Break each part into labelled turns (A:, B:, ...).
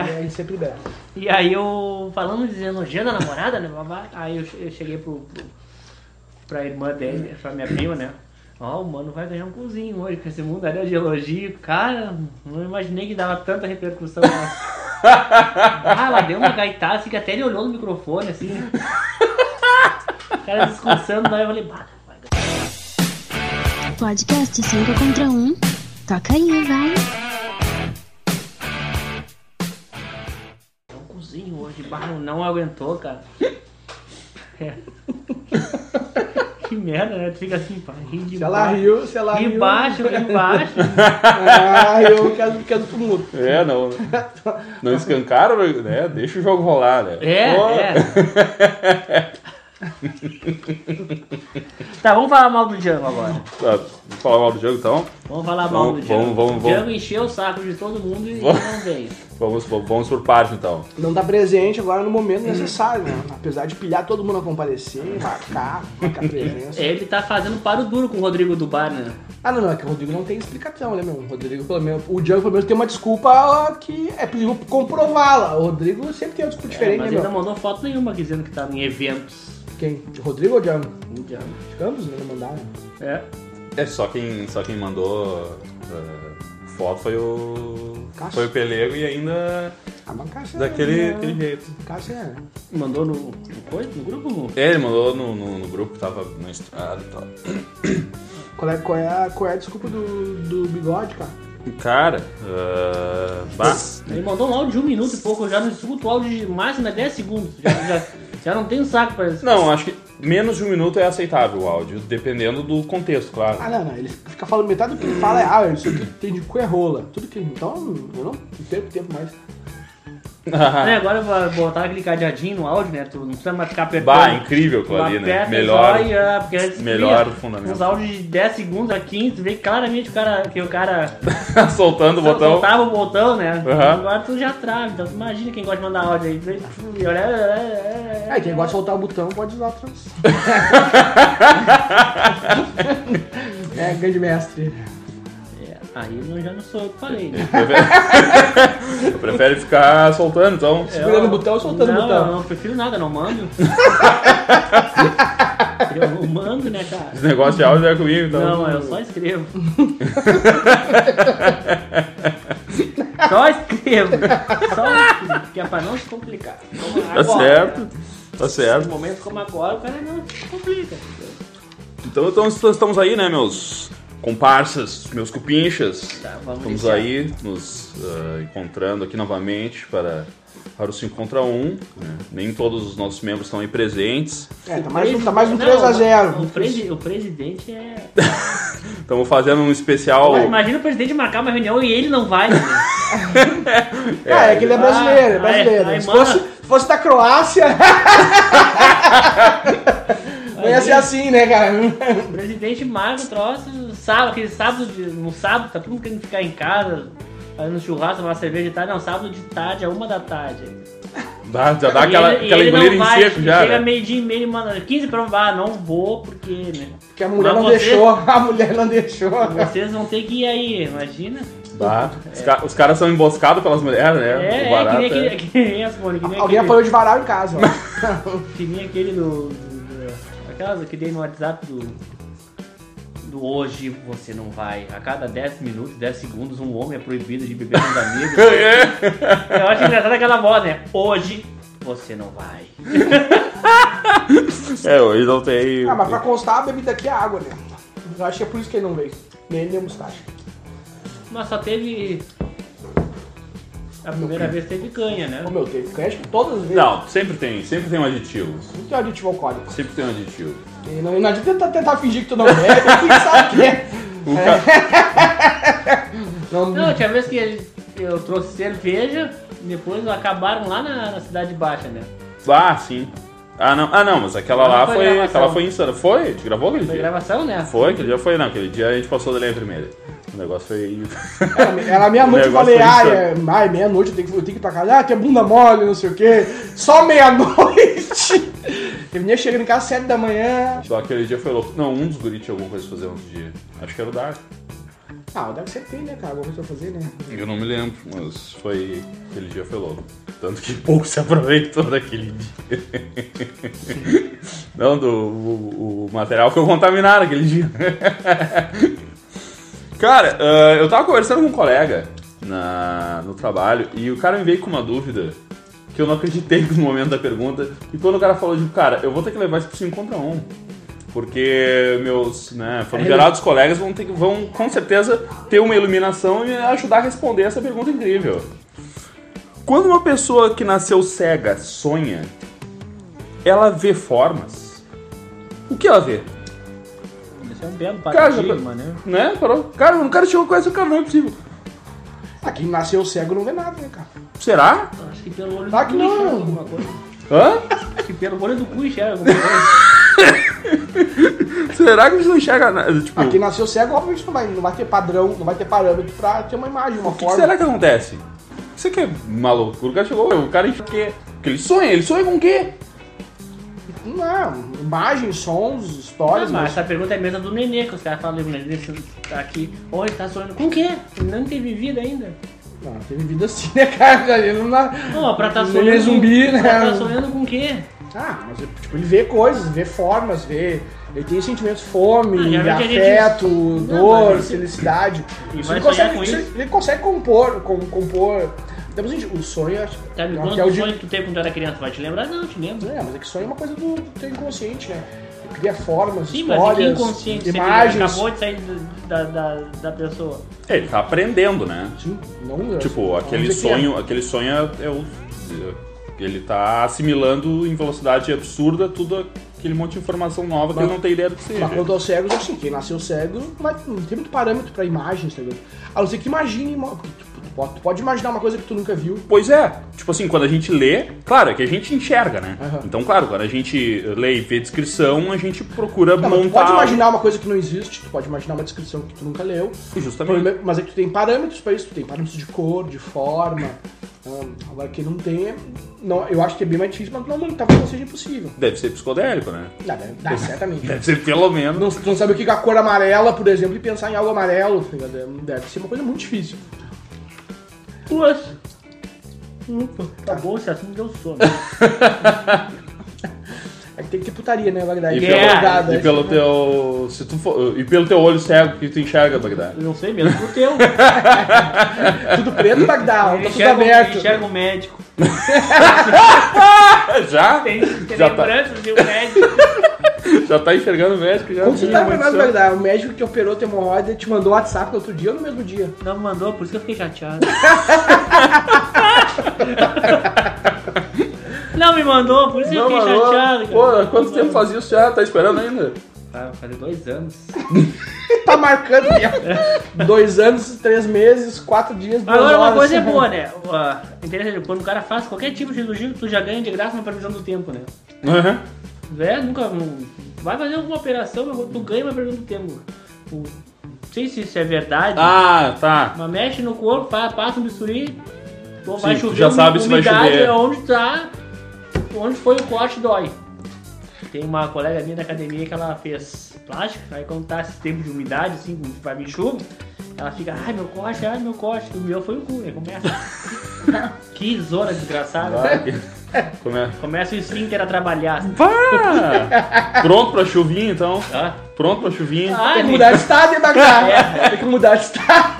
A: ele sempre bebe.
B: E aí eu, falando dizendo no dia da namorada, né? babá, Aí eu, che- eu cheguei pro, pro, pra irmã dele, né, pra minha prima, né? Ó, o mano vai ganhar um cozinho hoje com esse mundo ali é de elogio. Cara, não imaginei que dava tanta repercussão. né? Ah, ela deu uma gaitada, assim, que até ele olhou no microfone, assim. O cara discursando, daí eu falei, bah, vai ganhar.
C: Podcast 5 contra 1. Toca aí, vai.
B: É um cozinho hoje, barro não aguentou, cara. É. que merda, né? Tu fica assim, pá, ri de
A: Se ela
B: baixo.
A: riu, se ela
B: De
A: riu.
B: baixo, de baixo.
A: Ah, eu quero, quero todo mundo.
D: É, não. Não escancaram, né? Deixa o jogo rolar, né?
B: É,
D: Pô,
B: é. tá, vamos falar mal do Django agora.
D: Tá, vamos falar mal do jogo então.
B: Vamos falar
D: Vamos,
B: mal do Django.
D: vamos, vamos,
B: o Django
D: vamos.
B: encheu o saco de todo mundo e
D: Vamos.
B: não veio.
D: Vamos, vamos por parte então.
A: Não tá presente agora no momento necessário, né? Apesar de pilhar todo mundo a comparecer, marcar, marcar presença.
B: Ele tá fazendo paro duro com o Rodrigo do Bar, né?
A: Ah, não, não, é que o Rodrigo não tem explicação, né, meu? O Rodrigo, pelo menos, o Django, pelo menos, tem uma desculpa que é possível comprová-la. O Rodrigo sempre tem uma desculpa
B: É,
A: diferente,
B: mas
A: né,
B: ele não
A: meu?
B: mandou foto nenhuma dizendo que tá em eventos.
A: Quem? O Rodrigo ou o Django?
B: O Django.
A: Os Campos, né, não mandaram.
B: É.
D: É, só quem, só quem mandou eh, foto foi o.
A: Cássio.
D: Foi o Pelego e ainda
A: Ah, mas o Cássio é-
D: daquele
A: né?
D: aquele jeito.
A: O Cássio é...
B: Mandou no, no, coisa, no grupo?
D: É, Ele mandou no, no, no grupo que tava no estrado e tal.
A: Qual é, qual é, a- qual é a desculpa do, do bigode, cara?
D: Cara, eh, bah,
B: Ele mandou um áudio de um minuto e pouco, eu já não escuto o áudio de máximo é 10 segundos. Já, já, já não tenho saco pra isso.
D: Não, acho que menos de um minuto é aceitável o áudio, dependendo do contexto, claro.
A: Ah, não, não. Ele fica falando metade do que ele fala é, ah, isso aqui tem de cu é rola. Tudo que... Então, eu não... não Tempo, tempo mais.
D: Ah.
B: Né, agora eu vou botar aquele cadeadinho no áudio, né? Tu não precisa mais ficar apertando.
D: bah, incrível
B: Tu
D: aquilo ali, né?
B: aperta
D: Melhor.
B: só e, ah, porque antes
D: melhor
B: cria
D: fundamento.
B: Uns áudios de 10 segundos a 15, tu vê claramente o cara, que o cara
D: Tá Soltando
B: Tá
D: o botão.
B: soltava o botão, né?
D: Aham.
B: Agora tu já trava, então tu imagina quem gosta de mandar áudio aí. tu vê, puf, e olha, é, é, é.
A: É, quem gosta de soltar o botão pode usar a trans. é, grande mestre.
B: É, Aí eu já não sou eu que falei, né?
D: Prefere- Prefere ficar soltando, então.
A: Segurando o botão ou soltando o
B: É, não,
A: botão?
B: Não, não, prefiro nada, não mando. eu não mando, né, cara?
D: Esse negócio de áudio é comigo, então.
B: Não, eu só escrevo. só escrevo. Só escrevo, que é pra não se complicar. Como
D: Tá certo, tá
B: Em
D: certo.
B: momentos como agora, o cara não se complica.
D: Então, então estamos aí, né, meus comparsas, meus cupinchas.
B: Tá, vamos
D: estamos
B: iniciar.
D: aí nos ah, encontrando aqui novamente para, para o 5 contra 1. né? Nem todos os nossos membros estão aí presentes.
A: É, tá mais, um- tá mais
B: Presi-
A: um
B: não,
A: 3x0.
B: O, presi- o presidente é.
D: Estamos fazendo um especial.
B: Mas imagina o presidente marcar uma reunião e ele não vai. Né?
A: Ah, é que ele é brasileiro, é
B: Ah,
A: brasileiro.
B: é, aí,
A: se, fosse,
B: mano.
A: se fosse da Croácia. não ia ser assim, né, cara?
B: O presidente marca o troço, sábado, aquele sábado de, no sábado, tá todo mundo querendo ficar em casa, fazendo churrasco, tomar cerveja de tarde. Não, sábado de tarde, a uma da tarde.
D: Dá- já dá
B: E
D: aquela,
B: ele- e
D: aquela
B: ele não
D: engolida em
B: vai,
D: seco já.
B: Chega
D: né?
B: meio dia e meio, mano, 15 pra ah, não vou, porque, né?
A: Porque a mulher
B: Mas
A: não
B: você-
A: deixou. A mulher não deixou.
B: Vocês vão ter que ir aí, imagina.
D: Dá. Os, ca- os caras são emboscados pelas mulheres, né?
B: É,
D: O
B: é, que
D: barato
B: nem
D: é-
B: aquele, que nem as, mano, é que nem
A: Alguém
B: aquele,
A: apanhou de varal em casa. ó.
B: que nem aquele do, do- do- aquelas que tem no WhatsApp do... Do hoje você não vai. A cada 10 minutos, 10 segundos, um homem é proibido de beber com os amigos.
D: É.
B: Eu acho engraçado aquela voz, né? Hoje você não vai.
D: É, hoje não tem.
A: Ah, mas pra constar, a bebida aqui é água, né? Eu acho que é por isso que ele não veio. é Nem ele, nem a mustache.
B: Mas só teve. A primeira vez teve canha, né?
A: Ô, meu, teve crédito todas as vezes.
D: Não, sempre tem, sempre tem um aditivo.
A: Não tem aditivo alcoólico.
D: Sempre tem um aditivo.
A: E não, e não adianta tentar, tentar fingir que tu não bebe, porque tu sabe que é.
D: O ca-
A: Não,
B: Não, tinha vez que eu trouxe cerveja, depois acabaram lá na, na Cidade Baixa, né?
D: Ah, sim. Ah não, ah, não mas aquela
B: Mas não
D: lá
B: foi
D: foi,
B: gravação.
D: aquela foi insana. Foi? A gente gravou aquele
B: Foi
D: dia?
B: gravação, né?
D: Foi, aquele dia foi, não. Aquele dia a gente passou da linha vermelha. O negócio foi.
A: era, era meia-noite, eu
D: O negócio
A: falei,
D: foi
A: ai,
D: insano.
A: é- ai, meia-noite eu tenho, que, eu tenho que ir pra casa, ah, tem bunda mole, não sei o quê. Só meia-noite. Eu vinha chegando em casa às sete da manhã.
D: Só aquele dia foi louco. Não, um dos guris tinha alguma coisa pra fazer no outro dia. Acho que era o Dark.
A: Ah, deve ser tem, né, cara? Alguma coisa pra fazer, né?
D: Eu não me lembro, mas foi. Aquele dia foi louco. Tanto que pouco se aproveitou daquele dia. Não, do, o, o material foi contaminado aquele dia. Cara, ah, eu tava conversando com um colega na, no trabalho e o cara me veio com uma dúvida que eu não acreditei no momento da pergunta. E quando o cara falou, eu digo, cara, eu vou ter que levar isso pro 5 contra 1. Porque meus né, famigerados colegas vão, ter, que- vão com certeza ter uma iluminação e me ajudar a responder essa pergunta incrível. Quando uma pessoa que nasceu cega sonha, ela vê formas. O que ela vê?
B: Isso é um belo
D: Cara,
B: paradigma, né?
D: Né? Parou? Cara, um cara chegou com essa cara, não é possível.
A: Ah, quem nasceu cego não vê nada, né, cara?
D: Será?
B: Acho que pelo olho
A: Ah,
B: do
A: que
B: cu
A: não.
B: enxerga alguma coisa.
D: Hã?
B: Acho que pelo olho do cu enxerga alguma coisa.
D: Será que a gente não enxerga nada? Tipo,
A: Ah, quem nasceu cego, obviamente, não vai, não vai ter padrão, não vai ter parâmetro pra ter uma imagem, uma
D: o que, que
A: forma.
D: será que acontece? Você que é maluco, o cara chegou, o cara enxerga o quê? Porque ele sonha, ele sonha com o quê?
A: Não, imagens, sons, histórias,
B: Mas
A: mas...
B: essa pergunta é mesa do Nenê, que os caras falam, Nenê, você tá aqui. Ou ele tá sonhando com o quê? Ele não teve vida ainda.
A: Não, teve vida assim, né, cara? Ele não... na-
B: Não, pra tá
A: Nenê
B: sonhando. com-
A: zumbi, né?
B: Pra tá sonhando com o quê?
A: Ah, mas tipo, ele vê coisas, vê formas, vê... Ele tem sentimentos de fome,
B: Ah, geralmente a gente-
A: afeto,
B: mas
A: dor,
B: isso-
A: felicidade.
B: E
A: Isso
B: vai
A: ele,
B: sonhar
A: consegue,
B: com
A: isso
B: isso?
A: ele consegue compor, com, compor... Então, assim, o sonho, acho
B: Tá me
A: acho
B: contando
A: que é o
B: que
A: de
B: sonho que tu teve quando tu era criança. Vai te lembrar? Não, te lembro.
A: É, mas é que sonho é uma coisa do, do teu inconsciente, né? Tu Cria formas,
B: Sim, mas é que
A: histórias,
B: inconsciente. você
A: imagens.
B: acabou de sair do- da, da, da pessoa.
D: É, Ele tá aprendendo, né?
A: Sim, não, eu-
D: Tipo,
A: vamos
D: aquele
A: dizer que é.
D: sonho, aquele sonho é o. Ele tá assimilando em velocidade absurda tudo aquele monte de informação nova que
A: Mas-
D: ele não tem ideia do que seja.
A: Mas quanto aos cegos, assim, quem nasceu cego mas não tem muito parâmetro pra imagens, tá ligado? A não ser que imagine, uma- porque tu, tu pode, tu pode imaginar uma coisa que tu nunca viu.
D: Pois é, tipo assim, quando a gente lê, claro, é que a gente enxerga, né?
A: Aham.
D: Então, claro, quando a gente lê e vê descrição, a gente procura
A: Não, mas tu
D: montar. um
A: pode imaginar uma coisa que não existe, tu pode imaginar uma descrição que tu nunca leu. O
D: Justamente.
A: problema- Mas é que tu tem parâmetros pra isso, tu tem parâmetros de cor, de forma. hum, agora, quem não tem, é- não, eu acho que é bem mais difícil, mas não, não, talvez não seja impossível.
D: Deve ser psicodélico, né?
A: Dá, dá, certamente.
D: Deve ser pelo menos.
A: não, não sabe o que é a cor amarela, por exemplo, e pensar em algo amarelo, tá ligado? deve ser uma coisa muito difícil.
B: Duas. Opa, acabou esse assunto, deu sono.
A: É que tem que ter putaria, né, Bagdad?
D: E,
A: Que
D: pelo,
A: é verdade,
D: e
A: né?
D: pelo teu. Se tu for, e pelo teu olho cego que tu enxerga, Bagdá.
B: Eu não sei mesmo pro teu.
A: Tudo preto, Bagdad, tá tudo
B: Enxerga,
A: aberto.
B: enxerga o médico.
D: Já?
B: Tem, tem
D: Já tá.
B: lembranças de um médico.
D: Já tá enxergando o médico já.
A: Como você
D: Ih,
A: tá
D: muito
A: lembrado,
D: certo.
A: Bagdad? O médico que operou teu hemorroida te mandou WhatsApp no outro dia ou no mesmo dia?
B: Não me mandou, por isso que eu fiquei chateado. Não me mandou, por isso que eu
D: Não,
B: fiquei
D: mano,
B: chateado.
D: Pô,
B: cara.
D: há quanto tempo fazia isso já? Tá esperando ainda?
B: Ah, fazer dois anos.
A: Tá marcando mesmo. Dois anos, três meses, quatro dias, duas
B: Agora,
A: horas.
B: uma coisa é boa, né? Ah, Interessante, quando o cara faz qualquer tipo de cirurgia, tu já ganha de graça na previsão do tempo, né?
D: Aham.
B: É, nunca. não- Vai fazer alguma operação, mas tu ganha uma previsão do tempo. O- Não sei se isso é verdade,
D: Ah, tá.
B: mas mexe no corpo, pa- passa um bisturi, ou
D: Sim,
B: vai
D: tu
B: chover.
D: já sabe se vai
B: umidade
D: chover.
B: é onde tá. Onde foi o corte dói. Tem uma colega minha da academia que ela fez plástica, aí quando tá esse tempo de umidade, assim, quando vai vir chuva, ela fica, ai meu corte, ai meu corte, o meu foi o cu, aí começa. que zona desgraçada.
D: Ah, que- Como é?
B: Começa o esfíncter a trabalhar. assim,
D: Pá! Pronto pra chuvinha, então.
B: Ah,
D: Pronto pra chuvinha.
B: Ah,
A: Tem que
B: ele-
A: mudar de estado, hein,
B: É.
A: Bagdad? Tem que mudar de estado.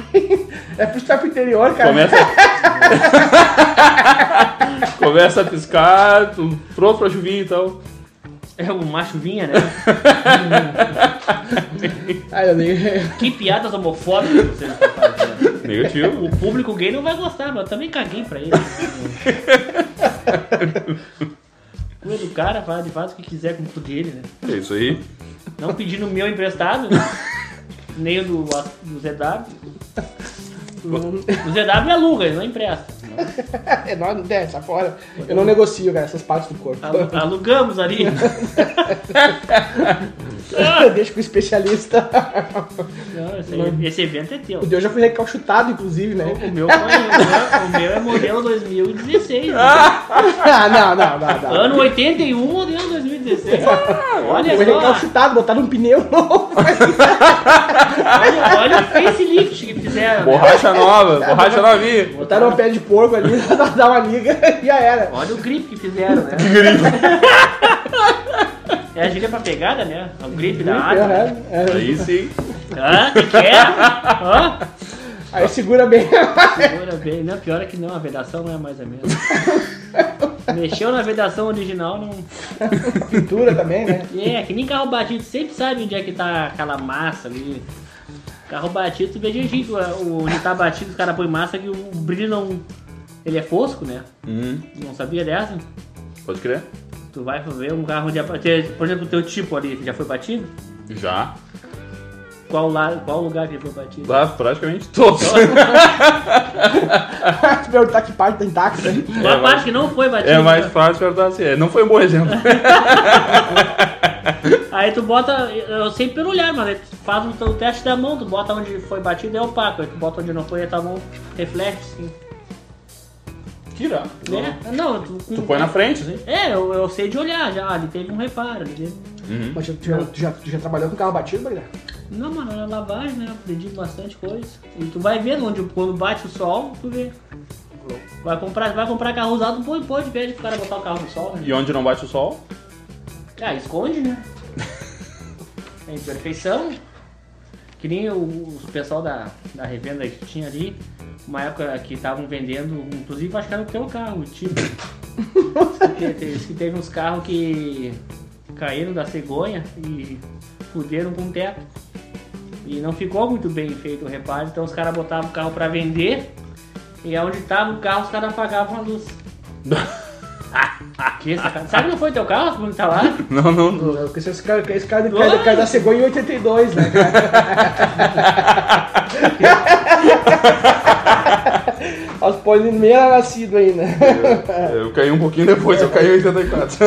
A: É pro estar pro interior, cara.
D: Começa... Começa a piscar, tu- pronto pra chuvinha, então.
B: É uma chuvinha, né?
A: Ah, eu nem...
B: que piadas homofóbicas vocês estão fazendo.
D: Negativo.
B: O público gay não vai gostar, mas eu também caguei pra ele. O cu é do cara fala de faz o que quiser com o cu dele, né?
D: É isso aí.
B: Não pedindo o meu emprestado, nem o do, do ZW. O ZW é aluga, ele não empresta.
A: É, não, é, sai fora. Eu não negocio, cara, essas partes do corpo.
B: Alu- Alugamos ali.
A: Deixa com o especialista.
B: Não, esse, aí- esse evento é teu.
A: O Deus já foi recalchutado, inclusive, né?
B: O meu, foi, o meu é modelo 2016. né?
A: Ah, não, não, não, não.
B: Ano 81, modelo 2016. Olha
A: Foi
B: só,
A: recalchutado, botaram um pneu novo.
B: olha, olha o facelift que fizeram. né?
D: Borracha nova, borracha novinha.
A: Botaram uma pele de porco ali, dar uma liga e já era.
B: Olha o grip que fizeram, né? É a gíria pra pegada, né? O grip da água.
A: Aham, é.
D: Aí sim.
B: Hã? Que que é? Hã?
A: É. Aí segura bem.
B: Segura bem. Não, pior é que não, a vedação não é mais a mesma. Mexeu na vedação original, não.
A: Pintura também, né?
B: É, que nem carro batido, sempre sabe onde é que tá aquela massa ali. Carro batido, tu vê gente, o- onde tá batido, os caras põem massa que o brilho não. Ele é fosco, né?
D: Hum,
B: Não sabia dessa?
D: pode crer?
B: Tu vai ver um carro onde é batido. Por exemplo, o teu tipo ali, que já foi batido?
D: Já.
B: Qual, la... Qual lugar que ele foi batido?
D: Lá, praticamente todos.
A: tu perguntar que parte tem táxi. né?
B: Uma
D: É, mas-
B: parte que não foi batida.
D: É mais fácil perguntar assim. é, Não foi um bom exemplo.
B: Aí tu bota, eu sei pelo olhar, mas aí tu faz o teu teste da mão, tu bota onde foi batido é opaco, aí tu bota onde não foi, a tua mão reflete, assim.
D: Tira.
B: É, não, tu,
D: Tu põe na frente, assim.
B: É, eu, eu sei de olhar já, ali teve um reparo. Ali teve...
A: Mas tu já, tu já- tu já trabalhou com carro batido, Maria?
B: Não, mano, era lavagem, né? Eu aprendi bastante coisa. E tu vai vendo onde, quando bate o sol, tu vê.
D: Uhum.
B: Vai comprar, vai comprar carro usado, pode, pode pede pro cara botar o carro no sol, né?
D: E onde não bate o sol?
B: Ah, esconde, né? É imperfeição. Que nem o, o pessoal da, da revenda que tinha ali, uma época que estavam vendendo, inclusive acho que era o teu carro, tipo. Diz que te- diz que teve uns carros que caíram da cegonha e fuderam com o teto. E não ficou muito bem feito o reparo, então os caras botavam o carro pra vender e onde tava o carro os caras apagavam a luz. que sacanagem. Sabe que não foi teu carro quando tá lá?
D: Não, não, não.
A: É, Porque esse cara, esse cara, esse cara, cara da cegonha em 82, né? cara? Os polígonos nem era nascido né? ainda.
D: Eu, eu caí um pouquinho depois, eu caí em 84.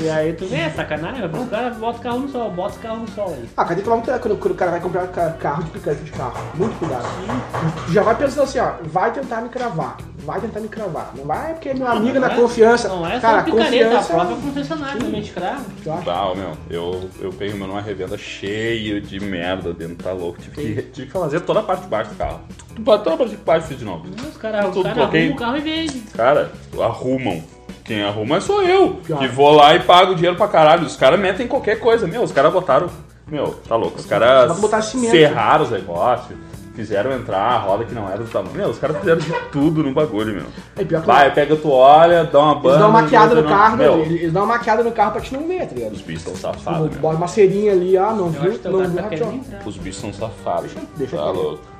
B: E aí tu vê, é sacanagem, o cara bota o carro no sol, bota o carro no sol aí.
A: Ah, cadê tomar cuidado quando, quando o cara vai comprar ca- carro de picante de carro? Muito cuidado. Tu Já vai pensando assim, ó, vai tentar me cravar. Vai tentar me cravar. Não vai porque é meu amigo na
B: Não é-
A: confiança.
B: Não é
A: cara,
B: só picareta, a
A: confiança. um
B: prova é concessionária também de cravo.
A: Tu acha?
D: Tá, ô, meu, eu, eu peguei meu numa revenda cheio de merda dentro, tá louco. Tive que, tive que fazer toda a parte de baixo do carro. Tu bateu toda a parte de baixo fiz de novo.
B: Os caras
D: Tudo
B: cara arrumam
D: bloqueio.
B: o carro e vende.
D: Cara, arrumam. Quem arruma sou eu.
A: Pior.
D: Que vou lá e pago dinheiro pra caralho. Os caras metem qualquer coisa. Meu, os caras botaram. Meu, tá louco. Os caras
A: Bota- botar cimento.
D: serraram os negócios. Fizeram entrar a roda que não era do tamanho. Meu, os caras fizeram de tudo no bagulho, meu.
A: É pior que
D: Vai, pega tu olha, dá uma banda.
A: Eles dão uma maquiada no
D: não-
A: carro, né?
D: Meu,
A: eles dão uma maquiada no carro pra te não ver, tá ligado?
D: os bichos são safados, meu.
A: Bora uma cerinha ali, ah, não
B: Eu acho
A: viu,
B: que
A: não
B: teu
A: viu,
B: cara tá querendo
A: rapidão.
B: entrar.
D: Os bichos são safados.
A: deixa
D: tá
A: eu ver.
D: louco.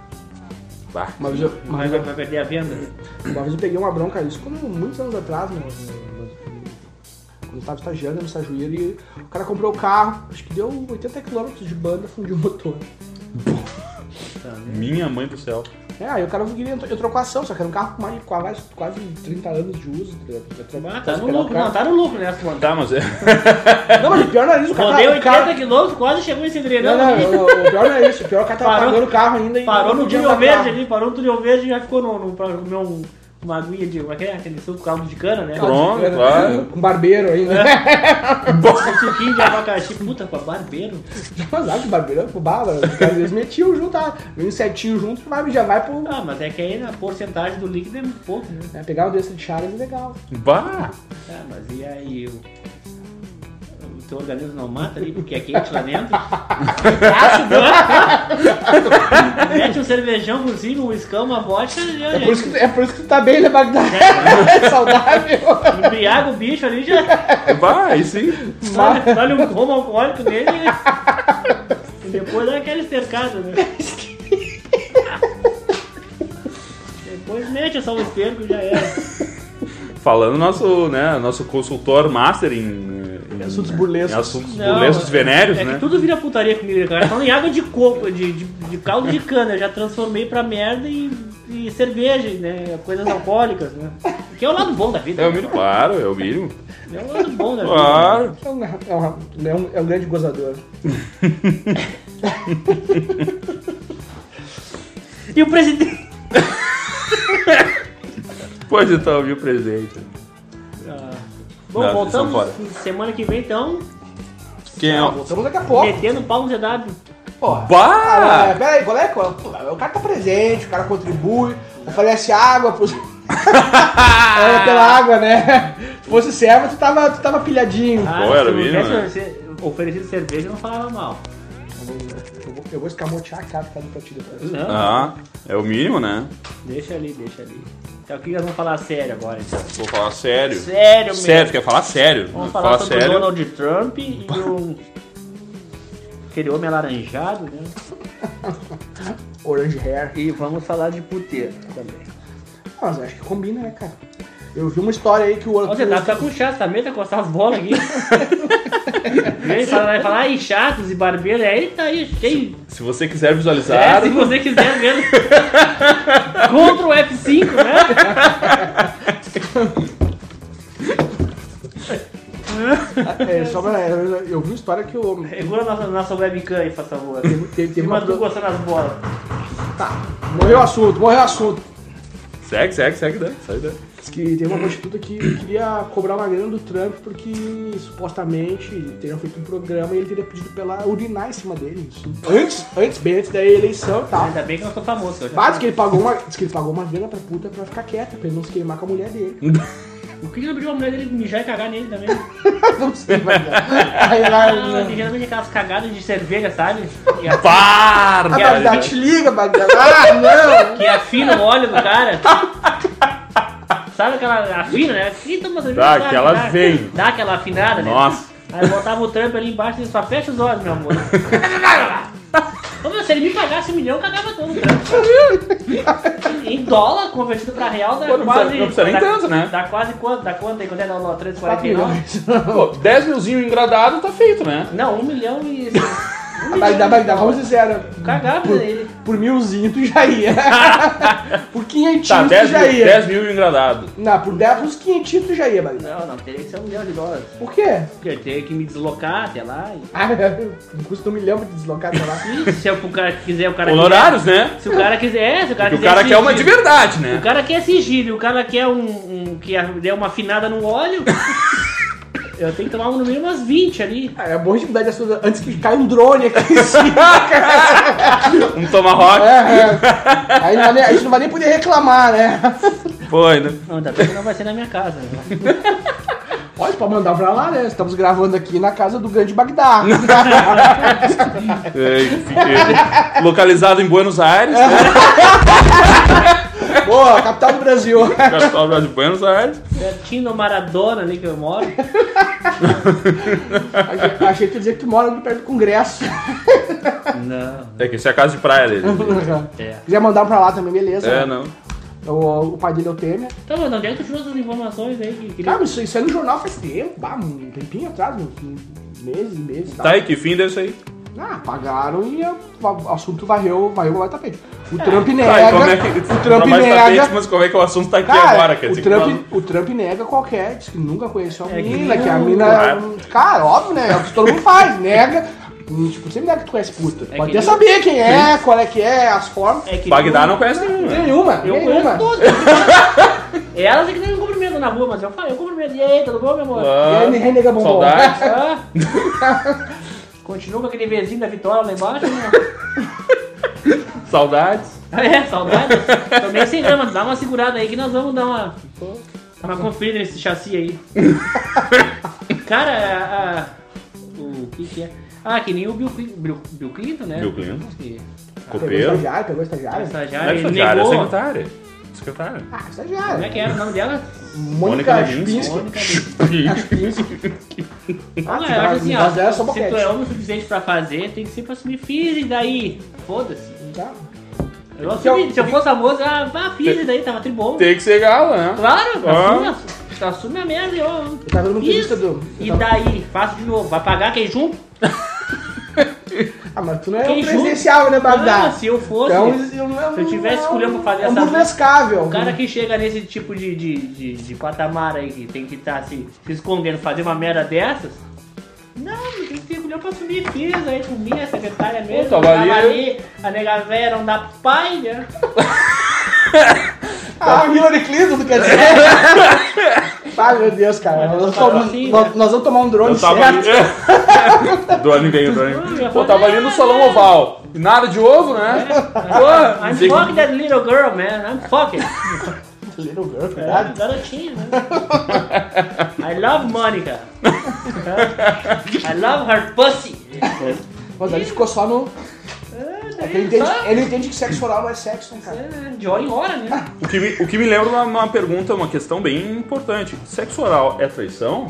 D: Bah.
A: Uma vez, eu, uma, vez
B: Mas vai,
A: eu,
B: vai perder a venda.
A: uma vez eu peguei uma bronca, isso como muitos anos atrás, né? Quando eu tava estagiando no Sajuíra e o cara comprou o carro, acho que deu 80 km de banda, fundiu o motor.
D: Minha mãe do céu.
A: É, aí o cara queria, eu trocou a ação, só que era um carro com mais, quase, quase 30 anos de uso. tá ligado? Eu troco-
B: Ah, tá
A: posso
B: no
A: pegar o
B: lucro,
A: carro.
B: não, tá no lucro nessa, mano.
D: Tá, mas é.
A: Não, mas o pior não é isso, o cara.
B: Rodei
A: o cara-
B: 80 quilômetros, quase chegou em Cidreirão.
A: Não, não, não, o pior não é isso, o pior é que o cara tava
B: né? Parou-
A: pagando o carro ainda e
B: Parou
A: não
B: no
A: podia
B: Túnel
A: andar com o carro.
B: Verde ali, parou no Túnel Verde e já ficou no, no, pra comer um, uma aguinha de. Como é que é? Aquele suco caldo de cana, né?
D: Pronto.
A: Era-
D: claro.
A: Com barbeiro ainda.
B: Um suquinho de abacaxi, puta, com a barbeiro.
A: Mas acho que barbeiro é pro bárbaro. Os caras eles metiam junto, tá? Vem um setinho junto, vai, já vai pro.
B: Ah, mas é que aí na porcentagem do líquido é muito pouco, né?
A: Né, pegar o desse de Charles é legal.
D: Bah!
B: Ah, mas e aí? O, o teu organismo não mata ali porque é quente lá dentro? Fácil, né? Mete um cervejão por cima, um escão, uma vodka e
A: É
B: olha.
A: por, isso que, é por isso que tu tá bem, né, Bagdá? É saudável.
B: Embriaga o bicho ali, já
D: Bah, aí sim.
B: olha olha um coma alcoólico nele e depois dá aquela estercada, né? Depois mete só um esterco e já era.
D: Falando nosso, né, nosso consultor master em, em-
A: Assuntos burlescos.
D: em assuntos
B: Não,
D: burlescos venéreos,
B: é
D: né?
B: que tudo vira putaria comigo, cara. Falando em água de coco, de, de, de caldo de cana, eu já transformei pra merda e e cerveja, né? Coisas alcoólicas, né? Que é o lado bom da vida.
D: É o mínimo, claro, é o mínimo.
B: É o lado bom da vida.
D: Claro.
A: É um, é um- é um- é um grande gozador.
B: E o presidente.
D: Pois então, viu, presente.
B: Ah, Bom,
D: Não,
B: voltamos
D: vocês
B: semana que vem então,
D: Quem é
A: Ah,
D: o.
A: voltamos daqui a pouco.
B: metendo pau no ZW.
A: Porra. Ah,
D: Bah!
A: peraí, qual é? Qual é? Pô, O cara tá presente, o cara contribui, oferece água pros. é, pela água, né? Se fosse serva, tu tava, tu tava pilhadinho.
B: Ah,
D: Pô, era
B: se
D: mínimo,
B: tivesse
D: né?
B: oferecido- oferecido cerveja, eu não falava mal.
A: Eu vou, eu vou escamotear a cara que tá no partido depois.
B: Não,
D: Ah, é o mínimo, né?
B: deixa ali, deixa ali. Então o que nós vamos falar sério agora? Então?
D: Vou falar sério.
B: Sério,
D: Sério, tu quer falar sério?
B: Vamos
D: Fala
B: falar sobre
D: sério.
B: o Donald Trump e o. aquele homem alaranjado, né?
A: Orange hair.
B: E vamos falar de puteiro também.
A: Ah, Mas eu acho que combina, né, cara? Eu vi uma história aí que o
B: Ó, Você tá, tá com chato também, tá coçando as bolas aqui. Ele fala, vai falar, ai, chatos e barbeiro, aí tá aí cheio.
D: Se você quiser
B: É,
D: visualizar.
B: se você quiser mesmo. Contra o F5, né? tá.
A: É, só pra- eu, eu vi uma história que o.
B: Regula a nossa, nossa webcam aí, por favor.
A: Teve, teve- teve uma.
B: Mas tu gostando das bolas.
A: Tá, morreu o assunto, morreu o assunto.
D: Segue, segue, segue, daí. Sai daí.
A: Diz que teve uma prostituta que queria cobrar uma grana do Trump porque supostamente teriam feito um programa e ele teria pedido pra ela urinar em cima dele. Isso. Antes, antes, bem antes da eleição e tal.
B: Ainda bem que eu não sou famoso. eu já-
A: Bah, diz que ele pagou uma, diz que ele pagou uma grana pra puta pra ficar quieta, pra ele não se queimar com a mulher dele.
B: O que que não pediu a mulher dele mijar e cagar nele também?
A: não sei, mas. Aí lá. né?
B: Ah, tem geralmente aquelas cagadas de cerveja, sabe? Que a-
A: Ah,
D: Para!
A: Bagdá, te liga, Bagdá. Ah, não!
B: Que afina o óleo do cara. Sabe aquela afina, né? Ih, toma cerveja,
D: Dá
B: dá,
D: aquela
B: dá,
D: vem.
B: Dá aquela afinada, né?
D: Nossa.
B: Aí botava o trampo ali embaixo e ele só fecha os olhos, meu amor. Ô, meu, se ele me pagasse um milhão, eu cagava todo o trampo. em dólar, convertido pra real, dá
D: Pô, não precisa-
B: quase...
D: não precisa nem
B: dá-
D: tanto, né?
B: Dá quase quanto? Dá quanto aí? Quanto é? Dá lá,
A: 4
B: 3,49?
A: milhões.
D: Pô, 10 milzinho engradado tá feito, né?
B: Não, um milhão e... Um
A: Bagdá,
B: milhão.
A: Bagdá, vamos ser sinceros.
B: Cagava
A: Por-
B: ele.
A: Por milzinho tu já ia. por quinhentinho
D: Tá,
A: tu
D: 10 mil,
A: já ia.
D: 10 mil engradado.
A: Não, por 10, uns quinhentinhos tu já ia, Bagdá.
B: Não, não, teria que ser um milhão de dólares.
A: Por quê?
B: Porque eu teria que me deslocar até lá e...
A: Ah, eu- custa um milhão pra deslocar pra lá.
B: Ih, se é o cara quiser, o cara
D: Honorários, né?
B: quiser. Se o cara quiser, é, se o cara
D: Porque o
B: quiser
D: cara quer
B: sigilo.
D: uma de verdade,
B: O
D: né?
B: cara quer sigilo, o cara quer um, um que a- dê uma afinada no óleo. Eu tenho que tomar no mínimo umas 20 ali.
A: Ah, é bom de mudar de assunto antes que caia um drone aqui em cima.
D: Um tomahawk.
A: É, é. Aí não vai nem- a gente não vai nem poder reclamar, né?
D: Foi, né?
B: Não, ainda bem que não vai ser na minha casa. né?
A: Pode, pode mandar pra lá, né? Estamos gravando aqui na casa do grande Bagdá.
D: É, fiquei localizado em Buenos Aires, né?
A: Boa, capital do Brasil.
D: capital de Buenos Aires.
B: Pertinho do Maradona ali que eu moro.
A: Achei- Achei que ia dizer que tu mora ali perto do Congresso.
B: Não.
D: É que isso é a casa de praia dele.
B: É.
A: Quiser mandar pra lá também, beleza.
D: É, não.
A: O, o pai dele é o Temer.
B: Então, mas onde é que tu tirou essas informações aí? Que queria...
A: Cara, mas isso, isso aí no jornal faz tempo, bah, um tempinho atrás, uns uns meses, meses e tal.
D: Tá aí, que fim deve sair.
A: Ah, pagaram e o assunto varreu, varreu o tapete. O Trump nega.
D: Tá, e como é que.
A: O
D: pra
A: Trump
D: mais
A: nega.
D: tapete, mas como é que o assunto tá aqui
A: Cara,
D: agora? Quer dizer,
A: o,
D: que
A: Trump, o Trump nega qualquer, diz que nunca conheceu a
B: É, que
A: mina, que, a
B: não,
A: mina.
D: claro.
A: Cara, óbvio, né? É o que todo mundo faz, nega. Hum, Tipo, sempre nega que tu conhece puta.
B: É
A: Pode
B: que
A: até
B: nem-
A: saber quem é, qual é que é, as formas.
B: É que
D: Bagdá não conhece nenhum, né?
A: Nenhuma,
B: Eu
A: nenhuma.
B: conheço todos. Elas é que nem um cumprimento na rua, mas eu falo, eu cumprimento. E aí, tudo bom, meu amor?
D: Ah,
A: E aí, nega bombom.
D: Saudade.
B: Ah. Continua com aquele vizinho da Vitória lá embaixo, né?
D: Saudades.
B: É, saudade. Também sem grama, dá uma segurada aí que nós vamos dar uma, uma conferida nesse chassi aí. Cara, a- a- o que que é? Ah, que nem o Bill, Clin- Bill, Bill Clinton, né?
D: Bill Clinton.
B: Que-
A: Pegou
D: Copeiro.
A: estagiário, pegou estagiário.
B: Essa já
D: Não é
B: ele
D: estagiária, é
B: negou.
D: secretária. Secretária.
A: Ah,
B: Como é
A: estagiário.
B: que era o nome dela?
A: Mônica
D: Mônica
A: Lewinsky.
B: Mônica Lewinsky.
A: Ah,
B: Ah,
A: tu
B: eu
A: tá-
B: acho assim,
A: no caso dela é só
B: ó, se
A: boquete.
B: tu é homem o suficiente pra fazer, tem que sempre assumir fiz e daí. Foda-se.
A: Tá.
B: Eu assumi, se eu fosse famoso, ah, vá, fiz e daí, tava tribom.
D: Tem que ser gala, né?
B: Claro,
D: Ah.
B: assume, a- assume a merda, eu.
A: Eu tava vendo uma
B: Isso. tá
A: entrevista do. eu
B: E
A: tava-
B: daí, faço de novo, vai pagar quem junto?
A: Ah, mas tu não é
B: Quem
A: um
B: julga?
A: presencial, né,
B: Ah,
A: Bagdá?
B: se eu fosse.
A: Então, isso não é
B: se eu tivesse
A: não-
B: escolhendo pra fazer
A: É um
B: essa-
A: burlescável.
B: O cara que chega nesse tipo de, de, de, de patamar aí, que tem que estar se, se escondendo, fazer uma merda dessas. Não, não tem que ter mulher pra assumir fiz, aí comi a secretária mesmo.
D: tava ali,
B: a nega véia não dá pai, né?
A: Ah,
B: tá-
A: o Hillary Clinton, tu quer dizer? ah, meu Deus, cara.
B: Mas
A: Nós vamos,
B: eu tava
A: tomar-
B: assim,
A: nós-
B: né?
A: nós vamos tomar um drone
D: Eu tava
A: certo.
D: ali.
B: é?
D: drone ganhou, drone. ganhou. Pô, tava ali no salão oval. Nada de ovo, né?
B: É.
D: Pô,
B: I'm
D: Ah, dizer que-
B: fucking that little girl, man. I'm fucking.
A: Little girl,
B: É,
A: verdade?
B: garotinha, né? I love Monica. I love her pussy.
A: Mas ele ficou só no... É que ele, entende, ele entende que sexo oral não é sexo, né, cara?
B: É, De hora em hora, né?
D: O que, me, o que me lembra uma, uma pergunta, uma questão bem importante. Sexo oral é traição?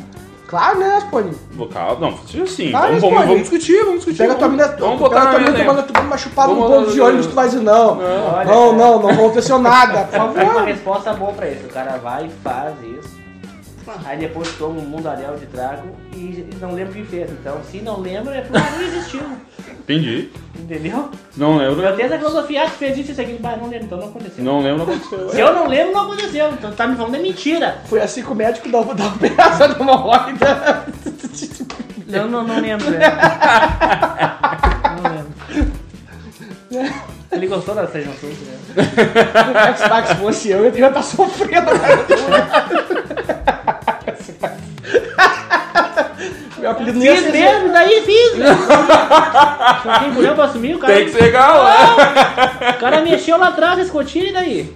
A: Claro, né, Aspone?
D: Vocal? Não, assim,
A: Ah,
D: vamos, vamos,
A: responde.
D: vamos discutir, vamos discutir.
A: Pega a tua
D: vamos,
A: mina,
D: vamos
A: pega
D: botar
A: a tua
D: na
A: mina
D: minha
A: tomando, tomando uma chupada num
D: Vamos- né?
A: ponto de ônibus, tu vai dizer não. Não,
D: Não. Tá
A: não, não, aconteceu nada, por
B: Tem uma
A: favor.
B: resposta boa pra isso. O cara vai e faz isso. Aí depois toma um mundaréu de trago e não lembra o que fez. Então, se não lembra, é porque não existiu.
D: Entendi.
B: Entendeu?
D: Não lembro.
B: Eu tenho essa filosofia ah, que fez isso, isso aqui, mas não lembro, então não aconteceu.
D: Não lembro, não aconteceu.
B: Se eu não lembro, não aconteceu. Então tá me falando é mentira.
A: Foi assim que o médico dá, dá um pedaço de hemorroida.
B: Eu não, não lembro, né? Não lembro. Ele gostou da Sejam Souza, né?
A: Se o Max fosse eu, eu ia estar sofrendo. cara. Meu apelido não ia
B: Fiz
A: ser Zé.
B: mesmo, daí fiz, né? Só tem mulher pra assumir, o cara...
D: Tem que ser gal, né?
B: O cara mexeu lá atrás, escotilha, e daí?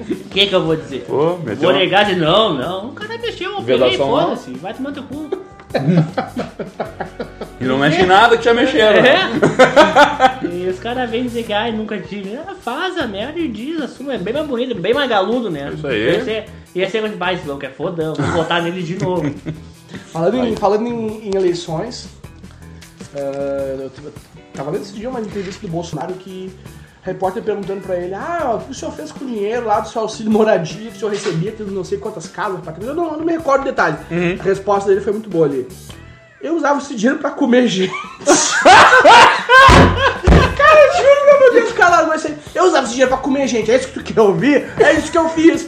B: O que que eu vou dizer?
D: Pô, então. meteu um-
B: Vou
D: uma-
B: negar de não, não. O cara mexeu, eu peguei,
D: Vedação não.
B: foda-se. Vai tomar teu cu.
D: Tá E não mexe em nada que já mexeram. né?
B: É? E os caras vêm dizer que, ai, nunca tive. Ah, faz a merda e diz, assume. É bem mais bonito, bem mais galudo, né?
D: Isso aí.
B: Ia ser, ia ser mais mais louco, é fodão. Vou botar nele de novo. Então,
A: Falando, em, falando em, em eleições, eh, eu t- eu tava lendo esse dia uma entrevista do Bolsonaro que repórter perguntando pra ele, ah, o que o senhor fez com o dinheiro lá do seu auxílio moradia, que o senhor recebia, tendo não sei quantas casas, apartamentos, eu não, eu não me recordo o detalhe. A resposta dele foi muito boa ali. Eu usava esse dinheiro pra comer gente. Cara, eu juro, meu Deus, cara, mas assim, eu usava esse dinheiro pra comer gente, é isso que tu quer ouvir? É isso que eu fiz.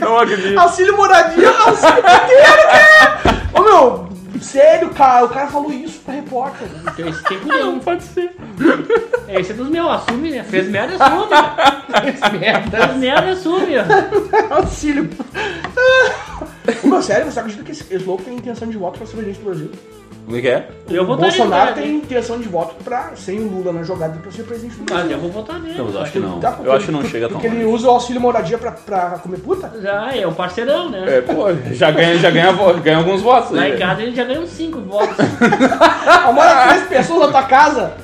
D: Não acredito.
A: Auxílio moradia, auxílio dinheiro, cara! Ô meu, sério, cara, o cara falou isso pra repórter.
B: Então esse tem culhão.
D: pode ser.
B: Esse é dos meus, assume, né? Fez merda, assume. Fez merda. Fez merda, assume.
A: auxílio. Ah. meu, sério, você acredita que esse, esse louco tem intenção de voto pra ser presidente do Brasil?
D: Como é que é?
B: Eu
A: O
B: votaria no né?
A: Bolsonaro
B: cara.
A: tem intenção de voto pra, sem o Lula na jogada, pra ser presidente do
B: Mas eu
A: Brasil.
B: vou votar nele.
D: Não, mas Ah, Então, eu acho que não.
A: Tá,
D: Eu acho que não chega tão
A: Porque ele usa o auxílio moradia pra, pra comer puta?
B: Já é um parceirão, né?
D: É, pô, já ganha, já ganha, vo- ganha alguns votos.
B: Lá
D: aí.
B: em casa ele já ganhou 5 votos.
D: É
A: Ah, mora três pessoas na tua casa?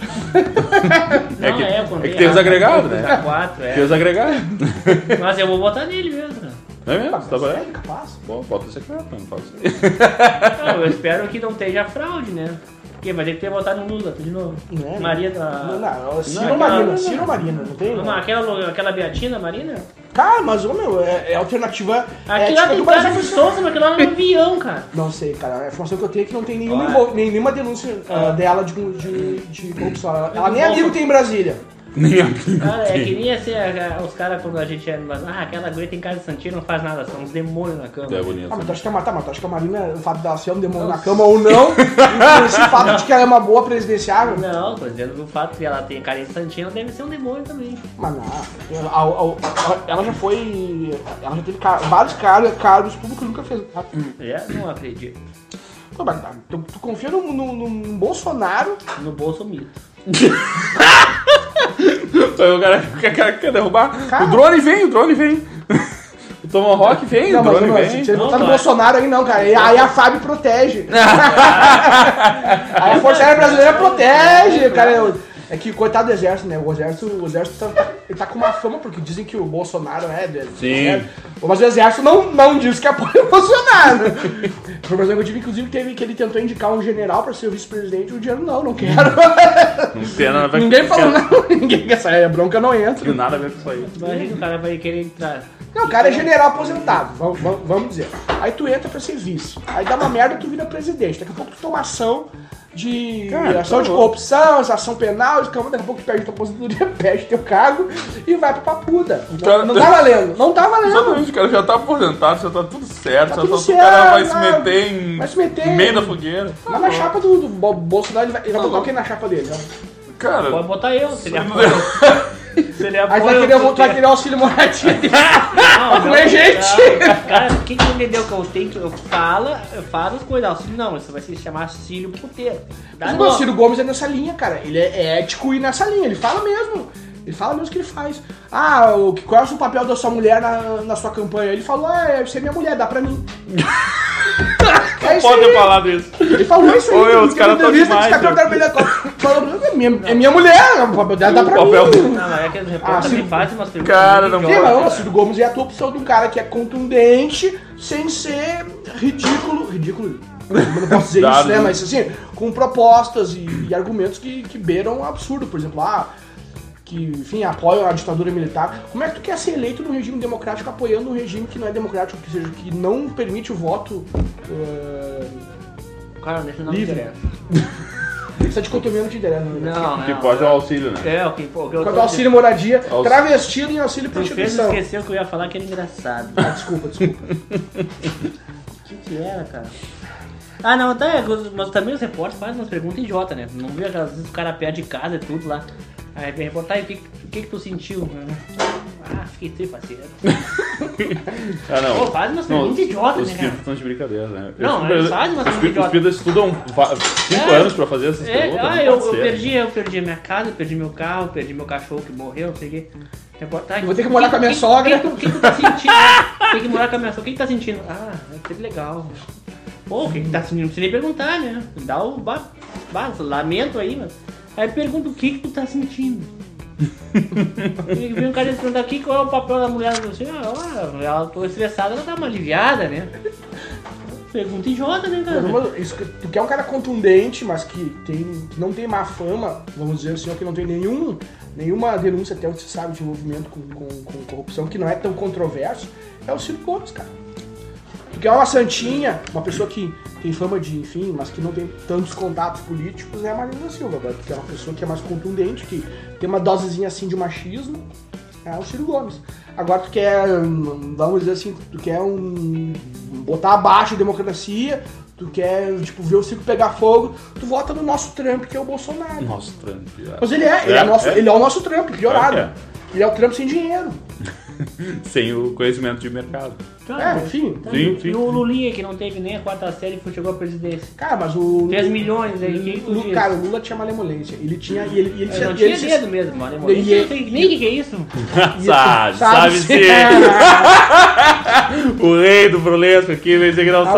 B: Não, é,
D: que-
B: eu contei
D: é que tem os
B: errado.
D: agregados, né?
B: Tá quatro, é.
D: Tem os agregados.
B: Mas eu vou votar nele mesmo.
D: Não é mesmo? Você tá
A: sério,
D: valendo?
A: capaz?
D: Pô, voto secreto, então, não faço isso.
B: Não, eu espero que não esteja fraude, né? Porque vai ter que ter votado no Lula de novo.
A: Não é?
B: Maria da.
A: Não, não, Ciro
B: aquela-
A: Marina, Ciro Marina, não tem?
B: Não, aquela, aquela Beatina Marina?
A: Cara, mas, ô meu, é, é alternativa. é,
B: Aquilo
A: tipo,
B: lá tem
A: do Brasil
B: cara de
A: funciona.
B: Souza, mas aquilo lá é um avião, cara.
A: Não sei, cara. A informação que eu tenho é que não tem nenhuma,
B: Olha.
A: envol- nem- nenhuma denúncia ah, dela de, de, de corrupção. Ela, ela nem é
B: Bom,
A: amigo tem em Brasília. Ah,
D: Nem amigo.
B: Cara, é que nem assim, a- a- os caras quando a gente é. mas, Ah, aquela guria tem cara de Santinha, não faz nada, são uns demônios na cama.
D: É bonito.
A: Ah, mas tu acha que a Marta, mas tu acha que a Marina, o fato dela ser um demônio na cama ou não, influencia o fato de que ela é uma boa presidenciável? né?
B: Não, tô dizendo o fato que ela tem cara de Santinha, ela deve ser um demônio também.
A: Mas não. Ela, a- a- ela já foi. Ela já teve car- vários car- cargos públicos e nunca fez nada.
B: É, não acredito.
A: Pô, mas tá, Tu, tu confia no, no- no Bolsonaro?
B: No bolso mito.
D: Aí o cara quer, quer, quer derrubar.
A: Ah, Cara.
D: O drone vem, o drone vem. O Tomahawk vem, o drone
A: mas,
D: vem.
A: se ele
B: Não,
A: botar no
B: vai.
A: Bolsonaro aí não, cara. Aí, aí a FAB protege. aí a Força Aérea Brasileira protege, cara. Eu- É que coitado do exército, né? O exército, o exército tá, tá- ele tá com uma fama, porque dizem que o Bolsonaro é. do exército.
D: Sim.
A: Mas o exército não, não diz que apoia o Bolsonaro. A informação que eu tive, inclusive, teve que ele tentou indicar um general pra ser o vice-presidente, o dinheiro não, não quero.
D: Não tem nada a ver com
A: Ninguém
D: isso.
A: falou Hum. não, ninguém quer sair, é bronca, eu não entro.
D: Tem nada a ver com isso aí.
B: Imagina o cara vai querer entrar.
A: Não, o cara é general aposentado, vamos, vamos- vamos dizer. Aí tu entra pra ser vice. Aí dá uma merda, tu vira presidente. Daqui a pouco tu toma ação de
D: Cara,
A: ação
D: tá
A: de
D: bom.
A: corrupção, ação penal, de daqui a pouco perde tua aposentadoria, perde teu cargo e vai pra papuda. Não,
D: Cara-
A: não tá valendo, não tá valendo.
D: Exatamente, cara, já tá aposentado, já tá tudo certo,
A: Tá
D: já
A: tudo
D: tá- o cara
A: certo,
D: vai se
A: né?
D: meter em,
A: Vai se meter
D: no meio
A: em-
D: da fogueira.
A: Mas na chapa do, do Bo- Bolsonaro, ele vai, ele vai botar
D: Tá louco.
A: quem na chapa dele? né?
D: Cara,
B: Pode botar eu, se ele apoia. Se ele
A: Aí
B: apoia.
A: vai querer,
B: eu-
A: o- vai querer o auxílio moradia dele.
B: Não,
A: Não é, gente?
B: não, Cara, quem que entendeu que eu tenho que. Eu falo, eu falo as coisas. Auxílio não, isso vai se chamar auxílio puteiro. Dá
A: Mas o meu
B: nó.
A: Ciro Gomes é nessa linha, cara. Ele é ético e nessa linha. Ele fala mesmo. Ele fala mesmo o que ele faz. Ah, o, que- qual é o seu papel da sua mulher na, na sua campanha? Ele falou, ah, é ser minha mulher, dá pra mim. é isso
D: pode
A: aí.
D: ter falado isso.
A: Ele falou isso aí.
D: Ô, meu, os
A: em
D: caras
A: entrevista,
D: tão
A: os caras
D: demais,
A: perguntaram pra ele, falou, é minha, é minha mulher, o papel dela dá
D: E o
A: pra
D: papel
A: mim.
D: dele?
B: Não, mas é que os repórteres
A: Ah,
B: também
A: se-
B: fazem umas perguntas.
D: Cara,
B: muito
D: não-
A: Sim,
B: idiotas. né?
A: mas o Ciro Gomes é a tua opção de um cara que é contundente, sem ser ridículo. Ridículo. Eu não posso dizer
D: Dado,
A: isso, né?
D: né?
A: Mas assim, com propostas e, e argumentos que, que beiram o absurdo. Por exemplo, ah, que, enfim, apoiam a ditadura militar. Como é que tu quer ser eleito num regime democrático apoiando um regime que não é democrático, que seja, que não permite o voto? eh,
B: Cara, nesse não me
A: Livre.
B: interessa.
A: essa dicotomia não te interessa, né?
B: Não,
D: Que
B: não,
D: pode é o
B: não.
D: auxílio, né?
B: É, o que pô, o que eu
A: Quando
B: tô-
A: auxílio é moradia,
D: Aux-
A: travestido em auxílio
B: Tu fez
A: prostituição.
B: esquecer o que eu ia falar que era engraçado.
A: Ah, desculpa, desculpa.
B: O que que era, cara? Ah, não, tá, é, os- mas também os repórteres fazem umas perguntas idiota, né? Não vê aquelas vezes o cara perde casa e tudo lá. Aí vem reportar, e o que, o que que tu sentiu? Ah, fiquei triste, parceiro.
D: Ah, não.
B: Pô, faz umas perguntas idiotas,
D: Os
B: né,
D: espíritas
B: cara?
D: estão de brincadeira, né?
B: Não,
D: Os espíritas-
B: eles fazem umas
D: Os espí-
B: perguntas
D: os espíritas estudam 5
B: É.
D: anos pra fazer essas
B: É,
D: perguntas.
B: ah,
D: não
B: eu,
D: pode
B: eu
D: ser.
B: perdi, eu perdi a minha casa, perdi meu carro, perdi meu cachorro que morreu, não sei o quê. Reportar,
A: Eu vou ter que morar com a minha
B: quem-
A: sogra.
B: quem- Quem que tu tá sentindo? Tem que morar com a minha sogra. Quem que tá sentindo? Ah, é que legal. Pô, o que que tá sentindo? Não precisa nem perguntar, né? Dá o ba... ba- lamento aí, mano. Aí pergunta o que que tu tá sentindo. E vem um cara te perguntar aqui qual é o papel da mulher no seu. Ah, ela- ela tô estressada, ela dá uma aliviada, né? Pergunta idiota, né, cara?
A: Mas vamos- isso que- tu quer um cara contundente, mas que, tem, que não tem má fama, vamos dizer assim, ou que não tem nenhum, nenhuma denúncia, até onde se sabe, de envolvimento com, com- com corrupção, que não é tão controverso, é o Ciro Gomes, cara. Tu quer é uma santinha, uma pessoa que tem fama de, enfim, mas que não tem tantos contatos políticos, é a Marina Silva. Agora, tu quer uma pessoa que é mais contundente, que tem uma dosezinha assim de machismo, é o Ciro Gomes. Agora tu quer, hum, vamos dizer assim, tu quer um. botar abaixo a democracia, tu quer, tipo, ver o circo pegar fogo, tu vota no nosso Trump, que é o Bolsonaro.
D: Nossa, tranquilo.
A: Mas ele é, ele é,
D: É,
A: nosso,
D: é.
A: ele é o nosso Trump, piorado.
D: Claro
A: Ele é o Trump sem dinheiro.
D: Sem o conhecimento de mercado.
A: É, enfim.
B: Tá,
D: Sim,
B: e
D: sim.
B: o Lulinha, que não teve nem a quarta série, que chegou à presidência.
A: Cara, mas o.
B: 3 milhões aí, quem tu
A: Lu-
B: diz?
A: Cara, o Lula tinha malemolência. Ele tinha. E ele, e ele,
B: Eu não
A: e
B: tinha né?
A: ele se-
B: dedo mesmo, mano. Eu
A: E-
B: não sei nem o que, que é isso.
D: sabe, sabe sim. o rei do Brulesco aqui, vem dizer que não
B: Tá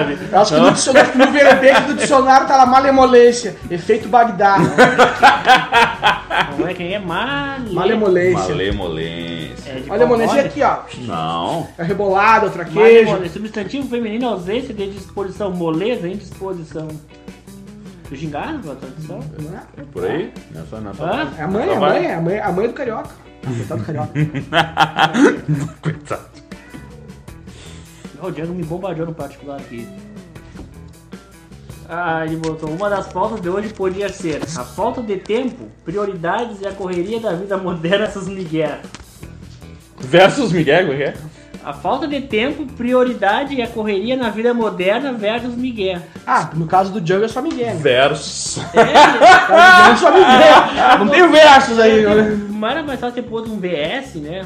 A: Ah,
D: sabe.
A: Eu acho que no, dicionário, no verbete do dicionário tá lá malemolência. Efeito Bagdá.
B: Não é quem é male...
A: Malemolência.
D: Malemolência.
B: É de
A: Malemolência é
B: palmole.
A: aqui, ó.
D: Não.
A: É rebolada, outra queijo.
B: Malemole, é substantivo feminino, ausência de disposição, moleza, indisposição. Tu gingado pela tradução?
A: Não é?
D: É tá por aí? Nessa, nessa.
B: tá Hã?
A: É a mãe, é a mãe, é a mãe, é a mãe do carioca. Coitado do carioca.
D: Coitado.
B: Ó, O Diego me bombardeou no particular aqui. Ah, ele botou. Uma das pautas de hoje podia ser a falta de tempo, prioridades e a correria da vida moderna, essas migué.
D: Versus Miguel, como é que é?
B: A falta de tempo, prioridade e a correria na vida moderna versus migué.
A: Ah, no caso do Django é só Miguel. né?
D: Versus.
A: No caso do Django é só Miguel. Não tem versos aí, né?
B: Mas era um mais fácil ter posto um VS, né?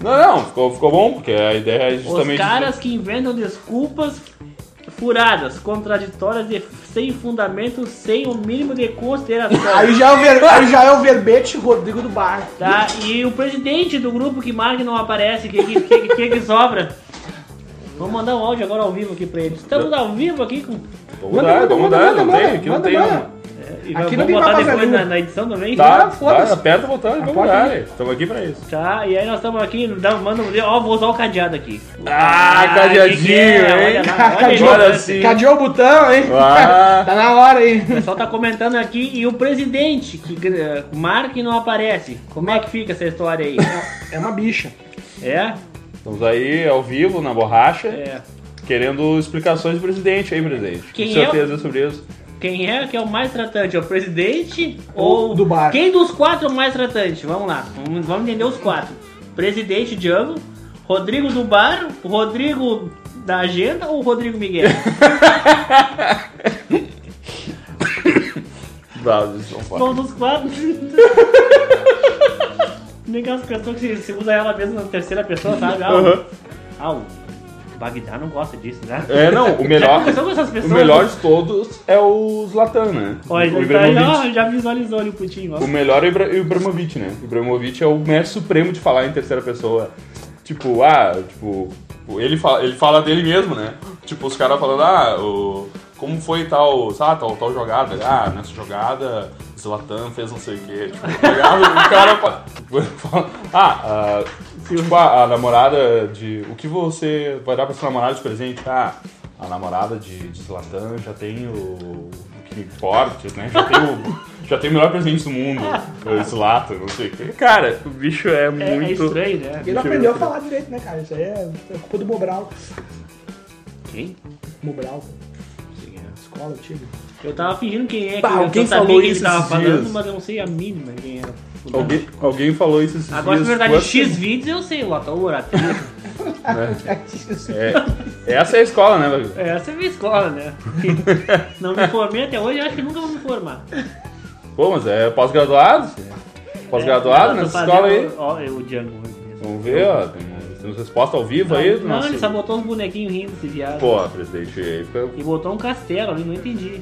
D: Não, não, ficou, ficou bom, porque a ideia é
B: Os
D: justamente.
B: caras que inventam desculpas furadas, contraditórias e sem fundamento, sem o mínimo de consideração.
A: Aí já é o, ver, aí já é o verbete Rodrigo do Bar.
B: Tá, e o presidente do grupo que marca e não aparece, que, que, que, que, que sobra? Vou mandar um áudio agora ao vivo aqui pra eles. Estamos ao vivo aqui com.
D: Vamos dar, vamos
A: Manda,
D: dar,
A: manda,
D: não
A: manda,
D: tem, aqui não
A: manda,
D: tem.
A: manda.
D: um-
B: E
A: Aqui
B: vamos
A: não tem
B: botar
A: papas
B: depois
A: ali.
B: na, na edição também?
D: Dá,
A: Ah, foda-se.
D: dá, aperta o botão e vamos
A: Aperta
D: dar.
A: aí.
D: Estamos aqui pra isso.
B: Tá, e aí nós estamos aqui, dá, manda um. Ó, vou usar o cadeado aqui.
D: Ah,
B: que que é?
D: cadeadinho,
B: Olha
D: hein?
B: lá, olha assim.
A: Cadeou,
B: aí.
D: Agora sim.
A: cadeou o botão, hein?
D: Ah.
A: Tá na hora, hein?
B: O pessoal tá comentando aqui e o presidente que eh, marca e não aparece. Como é que fica essa história aí?
A: É uma bicha.
B: É?
D: Estamos aí ao vivo, na borracha,
B: É.
D: querendo explicações do presidente aí, presidente.
B: Quem
D: Com
B: é o-
D: certeza sobre isso.
B: Quem é que é o mais tratante? É o presidente
A: Ou
B: ou...
A: do bar.
B: Quem dos quatro é o mais tratante? Vamos lá, vamos, vamos entender os quatro. Presidente Django, Rodrigo do bar, o Rodrigo da agenda ou o Rodrigo Miguel?
D: Bravo, São Paulo.
B: Todos os quatro. Negar as pessoas que se usa ela mesma na terceira pessoa, sabe? Ah, o-
D: Aham.
B: ah, o Bagdá não gosta disso, né?
D: É, não, o melhor,
B: Já pensou com essas
D: o
B: pessoas?
D: melhor de todos é o Zlatan, né?
B: Olha,
D: o
B: ele tá aí, ó, já visualizou ali o Putinho, ó.
D: O melhor é o Ibra- o Ibrahimovic, né? O Ibrahimovic é o mestre supremo de falar em terceira pessoa. Tipo, ah, tipo, ele fala, ele fala dele mesmo, né? Tipo, os caras falando, ah, o, como foi tal, sabe, tal, tal jogada? Ah, nessa jogada, Zlatan fez não sei o quê. Tipo, tá ligado? o cara fa- fala, ah, ah, tipo, a, a namorada de, o que você vai dar pra sua namorada de presente? Ah, a namorada de, de Zlatan já tem o, o que importa, né? Já tem o, já tem o melhor presente do mundo, o Zlatan, não sei o quê. Cara, o bicho é,
B: É, é
D: muito...
B: estranho, né?
A: Ele não aprendeu a falar direito, né, cara? Isso aí é, é culpa do Mobral.
B: Quem?
A: Mobral, escola, antiga.
B: Eu tava fingindo quem é, que
D: Bah,
B: eu- que
D: alguém
B: eu sabia
D: falou
B: quem ele
D: isso
B: tava
D: esses
B: falando,
D: dias.
B: mas eu não sei a mínima quem era.
D: Alguém, alguém falou isso esses
B: Agora, na
D: dias.
B: verdade,
D: Quantas-
B: X vídeos eu sei o ator, a atriz.
D: É, essa é a escola, né, Bagulho?
B: É, Essa é a minha escola, né? Não me formei até hoje, eu acho que nunca vou me formar.
D: Pô, mas é pós-graduado?
B: É,
D: Pós-graduado
B: eu tô
D: nessa
B: fazendo-
D: escola aí?
B: Ó, eu, o Django né? hoje mesmo.
D: Vamos ver, ó. Temos, temos resposta ao vivo aí do
B: Não,
D: nosso.
B: ele só botou uns bonequinhos rindo, esse viado.
D: assim. Pô, presidente, aí fica.
B: E botou um castelo ali, não entendi.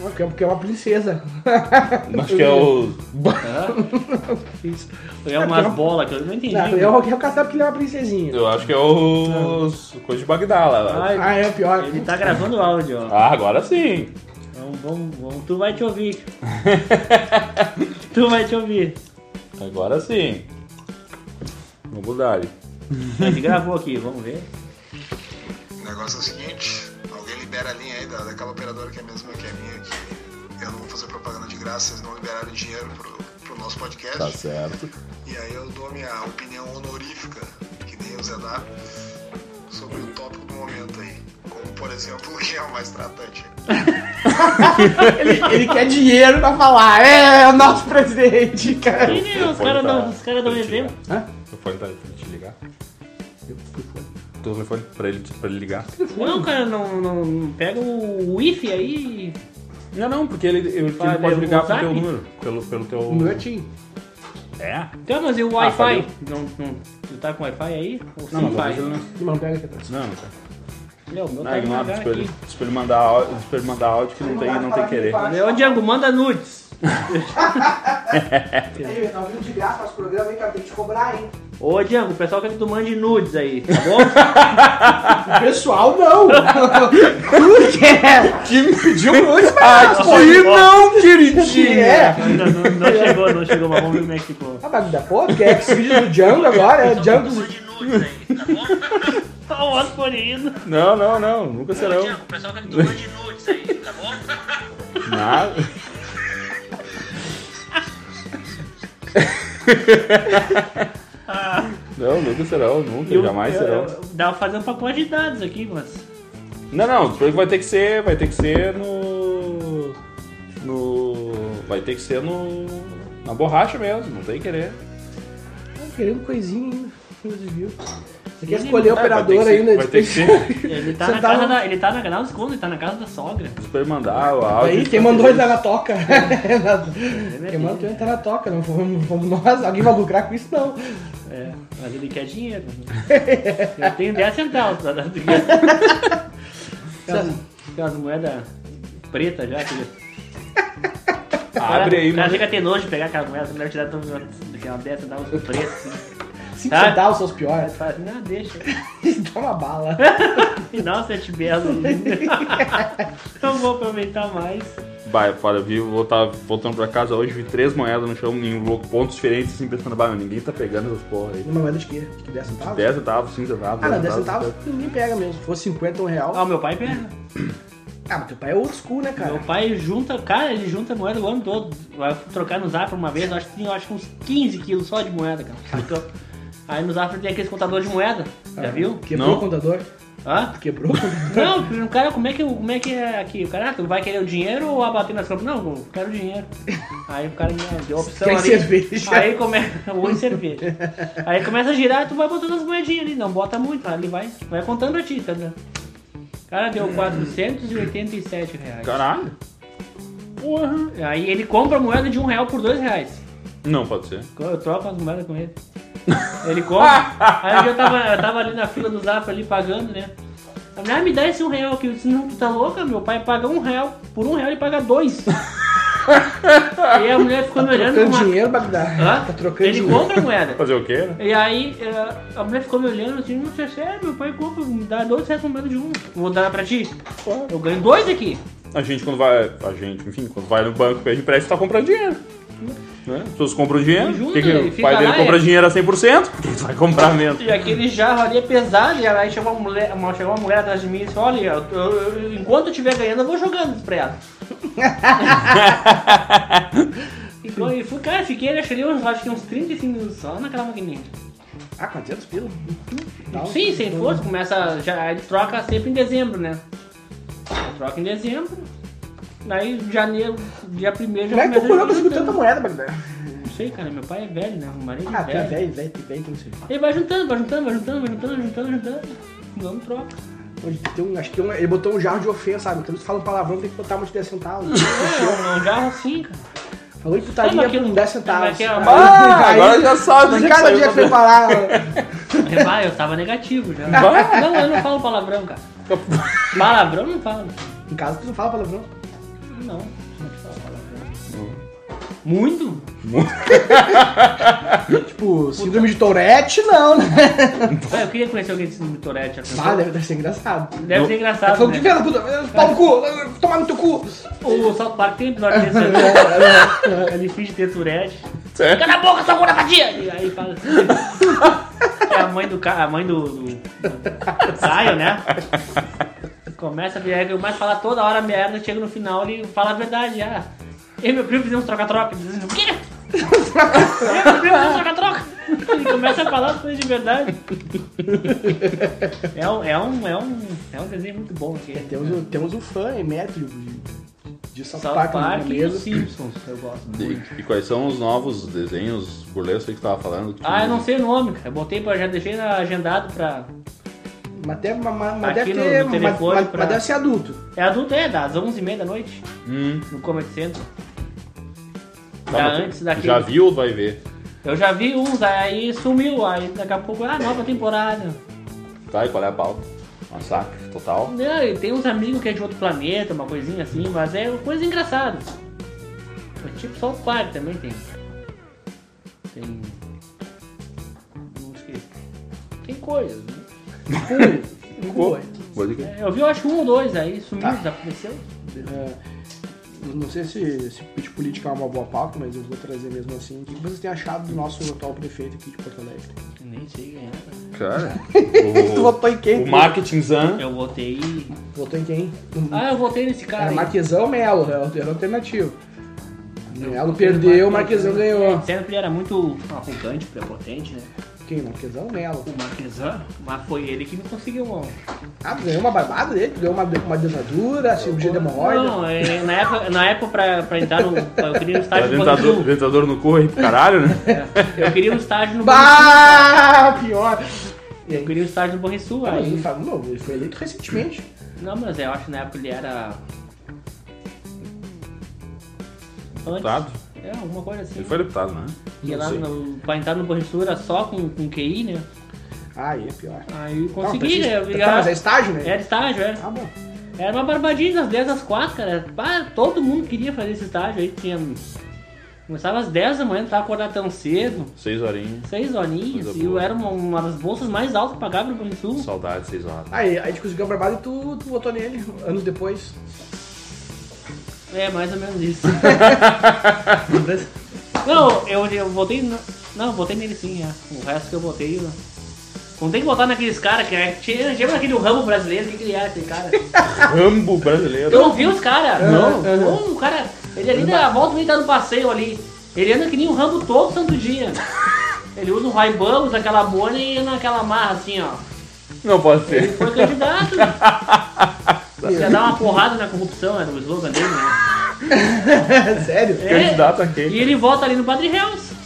A: Porque é- Porque é uma princesa.
D: Acho que é o.
B: Tá?
A: Isso.
B: É umas
D: um-
B: bolas que eu não entendi.
A: Não, eu roguei o cara sabe que ele é uma princesinha.
D: Eu acho que é os. Coisa de Bagdá lá.
B: Ai,
A: Ah, é o pior.
B: Ele tá gravando o áudio, ó.
D: Ah, agora sim.
B: Então vamos, vamos. Tu vai te ouvir. tu vai te ouvir.
D: Agora sim. Vamos dar.
B: Ele gravou aqui, vamos ver.
E: O negócio é o seguinte, alguém libera a linha aí da, daquela operadora que é a mesma que a minha, que eu não vou fazer propaganda de graça, vocês não liberaram dinheiro pro, pro nosso podcast.
D: Tá certo.
E: E aí eu dou minha opinião honorífica, que nem o Zé dá, sobre o tópico do momento aí. Como por exemplo, quem é o mais tratante.
A: Ele, ele quer dinheiro pra falar. É, é o nosso presidente, cara.
B: Ih, meu, os caras dão- os caras dão exemplo.
A: Hã?
D: O telefone tá pra ele te ligar? O telefone pra ele, pra ele ligar?
B: Não, cara, não, não pega o wifi aí.
D: Não, não, porque ele, ele,
B: Ah,
D: não pode
B: ele
D: ligar pro
B: consegue?
D: teu número. Pelo, pelo teu.
A: O meu é Tim.
D: É?
B: Tá, mas e o
D: Ah,
B: Wi-Fi? não, não, tu tá com Wi-Fi aí? Ou sem
D: Não, mas
B: Wi-Fi?
D: ele não.
A: Não, não pega aqui atrás.
D: Não, não tá.
B: Não, o meu
D: Não,
B: tá
D: ignora,
B: devagar
D: tipo, ele,
B: aqui.
D: tipo, ele mandar áudio, tipo, ele mandar áudio que não tem, não tem querer.
B: Meu Django, manda nudes.
A: Aí, tá vindo de graça, faz programa, hein, cara? Tem que te cobrar, hein?
B: Ô, Django, o pessoal quer que tu mande nudes aí, tá bom?
A: O pessoal não! Porque
D: Que me pediu hoje,
A: Aqui
D: não,
A: que
D: queridinha!
A: Ah, é?
B: Ainda não, não chegou, não chegou, mas vamos ver como é que ficou.
A: A bagulho da porra, que é esse vídeo do Django agora? É Django.
B: de nudes aí, tá bom? Tá o forido.
D: Não, não, não, nunca serão.
B: o pessoal tá quer que tu mande nudes aí, tá bom?
D: Nada. Não, nunca serão, nunca, jamais serão.
B: Dá pra fazer um pacote de dados aqui, mas...
D: Não, não, depois vai ter que ser, vai ter que ser no. No. Vai ter que ser no. Na borracha mesmo, não tem querer.
A: Tô querendo coisinha ainda. viu? Você quer
B: Sim,
A: escolher a
D: É, vai ter que
A: operadora
D: ser-
A: ainda?
D: Vai ter que ser.
B: Ele tá
A: Você
B: na
A: tá
B: casa
A: no-
B: da... Ele tá na... Não, esconde, ele tá na casa da sogra.
D: Super mandar o áudio.
A: Aí, quem mandou ele tá na toca. quem
B: verdade.
A: mandou ele tá na toca, não fomos, fomos nós. Alguém vai lucrar com isso, não.
B: É, mas ele quer dinheiro. Eu tenho 10 centavos pra dar do que. Aquelas, aquelas moedas pretas já. Que...
A: é
D: Abre aí,
B: O cara
D: mano.
B: chega a ter nojo de pegar aquelas moedas, melhor tirar aquelas 10 centavos com preço. Assim.
A: Cinco
B: Tá.
A: centavos são os
B: Aí
A: piores.
B: tu fala assim, não, deixa.
A: Dá uma bala.
B: E dá um sete belos ainda. Não vou aproveitar mais.
D: Vai, fora, eu vi, vou tá voltando pra casa hoje, vi três moedas no chão em lo- pontos diferentes, assim, pensando, bah, meu, ninguém tá pegando essas porra aí.
A: Uma moeda de quê? De 10 centavos?
D: 10 centavos, 5 centavos,
A: Ah, não, 10
D: centavos.
A: centavos ninguém pega mesmo. Se fosse 50 um real.
B: Ah, o meu pai pega.
A: Ah, mas teu pai é old school, né, cara?
B: Meu pai junta, cara, ele junta moeda o ano todo. Vai trocar no Zafra uma vez, eu acho que tinha eu acho que uns 15 quilos só de
A: É.
B: moeda, cara. Aí no Zafra tem aqueles contador de moeda, já viu?
A: Quebrou
D: Não.
A: o contador.
B: Hã?
A: Quebrou?
B: Não, o cara, como é que, como é, que é aqui? Caraca, vai querer o dinheiro ou abater na sopa? Não, eu quero dinheiro. Aí o cara né, deu a opção
A: Quer
B: ali.
A: cerveja?
B: Aí começa, ou cerveja. Aí começa a girar e tu vai botando as moedinhas ali, não bota muito, aí ele vai, vai contando pra ti, tá ligado? Cara,
A: Hum.
B: deu 487 reais.
D: Caralho. Porra.
B: Aí ele compra moeda de um real por dois reais.
D: Não, pode ser.
B: Eu troco as moedas com ele. Ele compra. Aí eu tava, eu tava ali na fila do zap ali pagando, né? A mulher, ah, me dá esse um real aqui. Eu disse, não, tu tá louca? Meu pai paga um real. Por um real ele paga dois. e a mulher ficou me olhando com
A: Tá Trocando
B: uma...
A: dinheiro, Bagdá.
B: Hã?
A: Tá trocando
B: ele
A: dinheiro.
B: compra a moeda.
D: Fazer o quê? né?
B: E aí eh, a mulher ficou me olhando assim, não sei se é, meu pai compra, me dá dois reais com moeda de um. Vou dar pra ti. Eu ganho dois aqui.
D: A gente quando vai. A gente, enfim, quando vai no banco pedir empréstimo, tá comprando dinheiro. Né? As pessoas compram dinheiro.
B: Junta,
D: Por que que
B: né?
D: o
B: Fica
D: pai
B: lá,
D: dele
B: é.
D: compra dinheiro a 100%? Porque ele vai comprar menos.
B: E aquele jarro ali é pesado, e aí chegou uma mulher, uma, chegou uma mulher atrás de mim e disse, olha, eu- eu- eu- enquanto eu estiver ganhando, eu vou jogando pra ela. Então, e quando ele foi, cara, fiquei, acho ali uns, acho que uns 35 minutos só naquela maquininha.
A: Ah, 400 pila?
B: Sim, sem força, começa, já, aí troca sempre em dezembro, né? Troca em dezembro, daí janeiro, dia 1
A: Como
B: já
A: é que tu
B: começa
A: colheu
B: a
A: consigo
B: juntando.
A: tanta moeda, Bagdá?
B: Não sei, cara, meu pai é velho, né? O marido
A: Ah,
B: é
A: tu é
B: velho.
A: velho, velho, tu é velho, tu não sei.
B: Ele vai juntando, vai juntando, vai juntando, vai juntando, juntando, juntando. Não troca.
A: Hoje tem um, acho que tem um, ele botou um jarro de ofensa, sabe? Então eles falam palavrão, tem que botar mais de 10 centavos. Ah.
B: É, um jarro assim, cara.
A: Falou de
B: Sabe
A: putaria
B: aquele-
A: por 10 centavos.
B: sabe aquele-
A: Aí-
D: Ah,
A: aí-
D: agora já sabe onde é
A: Em
D: que
A: cada
D: saiu
A: dia
D: o
A: que foi parar.
B: Ah, eu tava negativo já.
D: Bah.
B: Não, eu não falo palavrão, cara. Palavrão eu não falo.
A: Em casa tu não fala palavrão.
B: Não, não falo palavrão. Muito?
A: Tipo, síndrome de Tourette, não, né?
B: Ah, eu queria conhecer alguém de Torete.
A: Ah, deve, deve ser engraçado.
B: Deve ser
A: Tá
B: engraçado,
A: falando
B: né?
A: que filha da puta, pau no cu, tomar no teu cu.
B: O South Park tem episódio desse né? Ele finge ter Tourette.
D: Sério?
B: Cala a boca, sua cura vadia! E aí fala assim. É a mãe do cara, a mãe do. do, do Caio, né? Começa a virar, mas fala toda hora merda, chega no final ele fala a verdade já. Eu e meu primo fizemos troca-troca. Ele diz, assim, o quê? Eu e meu primo fizemos troca-troca. Ele começa a falar as coisas de verdade. É um, é um, é um, é um desenho muito bom aqui.
A: Temos, um- temos um fã emétrio de, de South
B: um South
A: Park, né, na
B: Park e os
A: mesa.
B: Simpsons, eu gosto muito.
D: E, e quais são os novos desenhos burlescos que tu tava falando? que-
B: Ah, eu não sei o nome, cara. Eu Botei pra, já deixei na- agendado pra.
A: Mas, deve, mas- mas- mas deve
B: Aqui no-
A: ter.
B: no
A: mas,
B: telefone
A: mas-
B: pra-
A: mas deve ser adulto.
B: É adulto, é, das 11h30 da noite,
D: Hum,
B: no Comedy Center.
D: tá,
B: Já
D: mas tu
B: antes daquele.
D: Já viu ou vai ver?
B: Eu já vi uns, aí sumiu, aí daqui a pouco, ah, nova temporada.
D: Tá, e qual é a pauta? Massacre total.
B: Não, e tem uns amigos que é de outro planeta, uma coisinha assim, mas é coisa engraçada. É tipo South Park também tem. Tem. Não esqueci. Tem coisas, né?
A: Pô,
D: Pode crer.
B: É, Eu vi, eu acho um ou dois aí, sumiu, desapareceu.
A: é, eu não sei se, se pitch política é uma boa pauta, mas eu vou trazer mesmo assim. O que vocês têm achado do nosso atual prefeito aqui de Porto Alegre?
B: Nem sei é. ganhar.
D: Cara,
A: Tu votou em quem?
D: o, o Marketing Zan
B: Eu votei.
A: Votou em quem?
B: Ah, eu votei nesse cara.
A: Era
B: aí.
A: Marquesão Melo, era o- era o alternativo. Melo perdeu, Marquesão ganhou.
B: Disseram que ele era muito arrogante, prepotente, né?
A: Quem? Marquesão Melo.
B: O Marquesan, mas foi ele que me conseguiu um.
A: Ah, ganhou uma barbada dele, ganhou uma, uma dentadura, cirurgia de hemorroida.
B: Não, é, na época, na época pra, pra entrar no. Eu queria um
D: Tá
B: estágio no Banco do
D: dentador,
B: Sul.
D: dentador no cu aí pro caralho, né?
B: É, Eu queria um estágio no Banco
A: Bah, pior.
B: do Sul. Eu queria um estágio no Banrisul.
A: Não, ele,
B: Aí.
A: fala, não, ele foi eleito recentemente.
B: Não, mas eu acho que na época ele era.
D: Deputado.
B: É, alguma coisa assim.
D: Ele foi deputado, né?
B: E
A: não
B: lá
A: sei.
B: no, pra entrar no Banrisul era só com, com QI, né?
A: Aí é pior.
B: Aí eu
A: Não,
B: consegui,
A: precisa-
B: né? Eu-
A: tá, mas é estágio, né?
B: Era estágio, era.
A: Ah, bom.
B: Era uma barbadinha das 10 às 4, cara. Pá, todo mundo queria fazer esse estágio aí. Tinha... Começava às 10 da manhã, não tava acordado tão cedo.
D: Seis horinhas.
B: 6 horinhas.
D: Coisa
B: E eu
D: boa.
B: era uma, uma das bolsas mais altas que pagava no Banco Sul.
D: Saudade, seis horas.
A: Aí, aí a gente conseguiu a barbada e tu, tu votou nele anos depois.
B: É, mais ou menos isso. não, eu, eu votei... no- Não, eu votei nele sim, é. O resto que eu votei... Eu... Não tem que votar naqueles caras que é... Chega naquele ramo brasileiro, que que ele é aquele cara?
D: Rambo brasileiro.
B: Eu não vi os caras.
A: Não?
B: Não, o cara. Ele ali dá a volta ele tá no passeio ali. Ele anda que nem o Rambo um todo santo dia. Ele usa um Ray-Ban, usa aquela bolha e anda naquela marra assim, ó.
D: Não pode
B: Ele
D: ser.
B: foi candidato. Já dá uma porrada na corrupção, era o slogan dele, né?
A: Sério?
B: É,
D: Candidato a quem?
B: E ele vota ali no Padre Hells.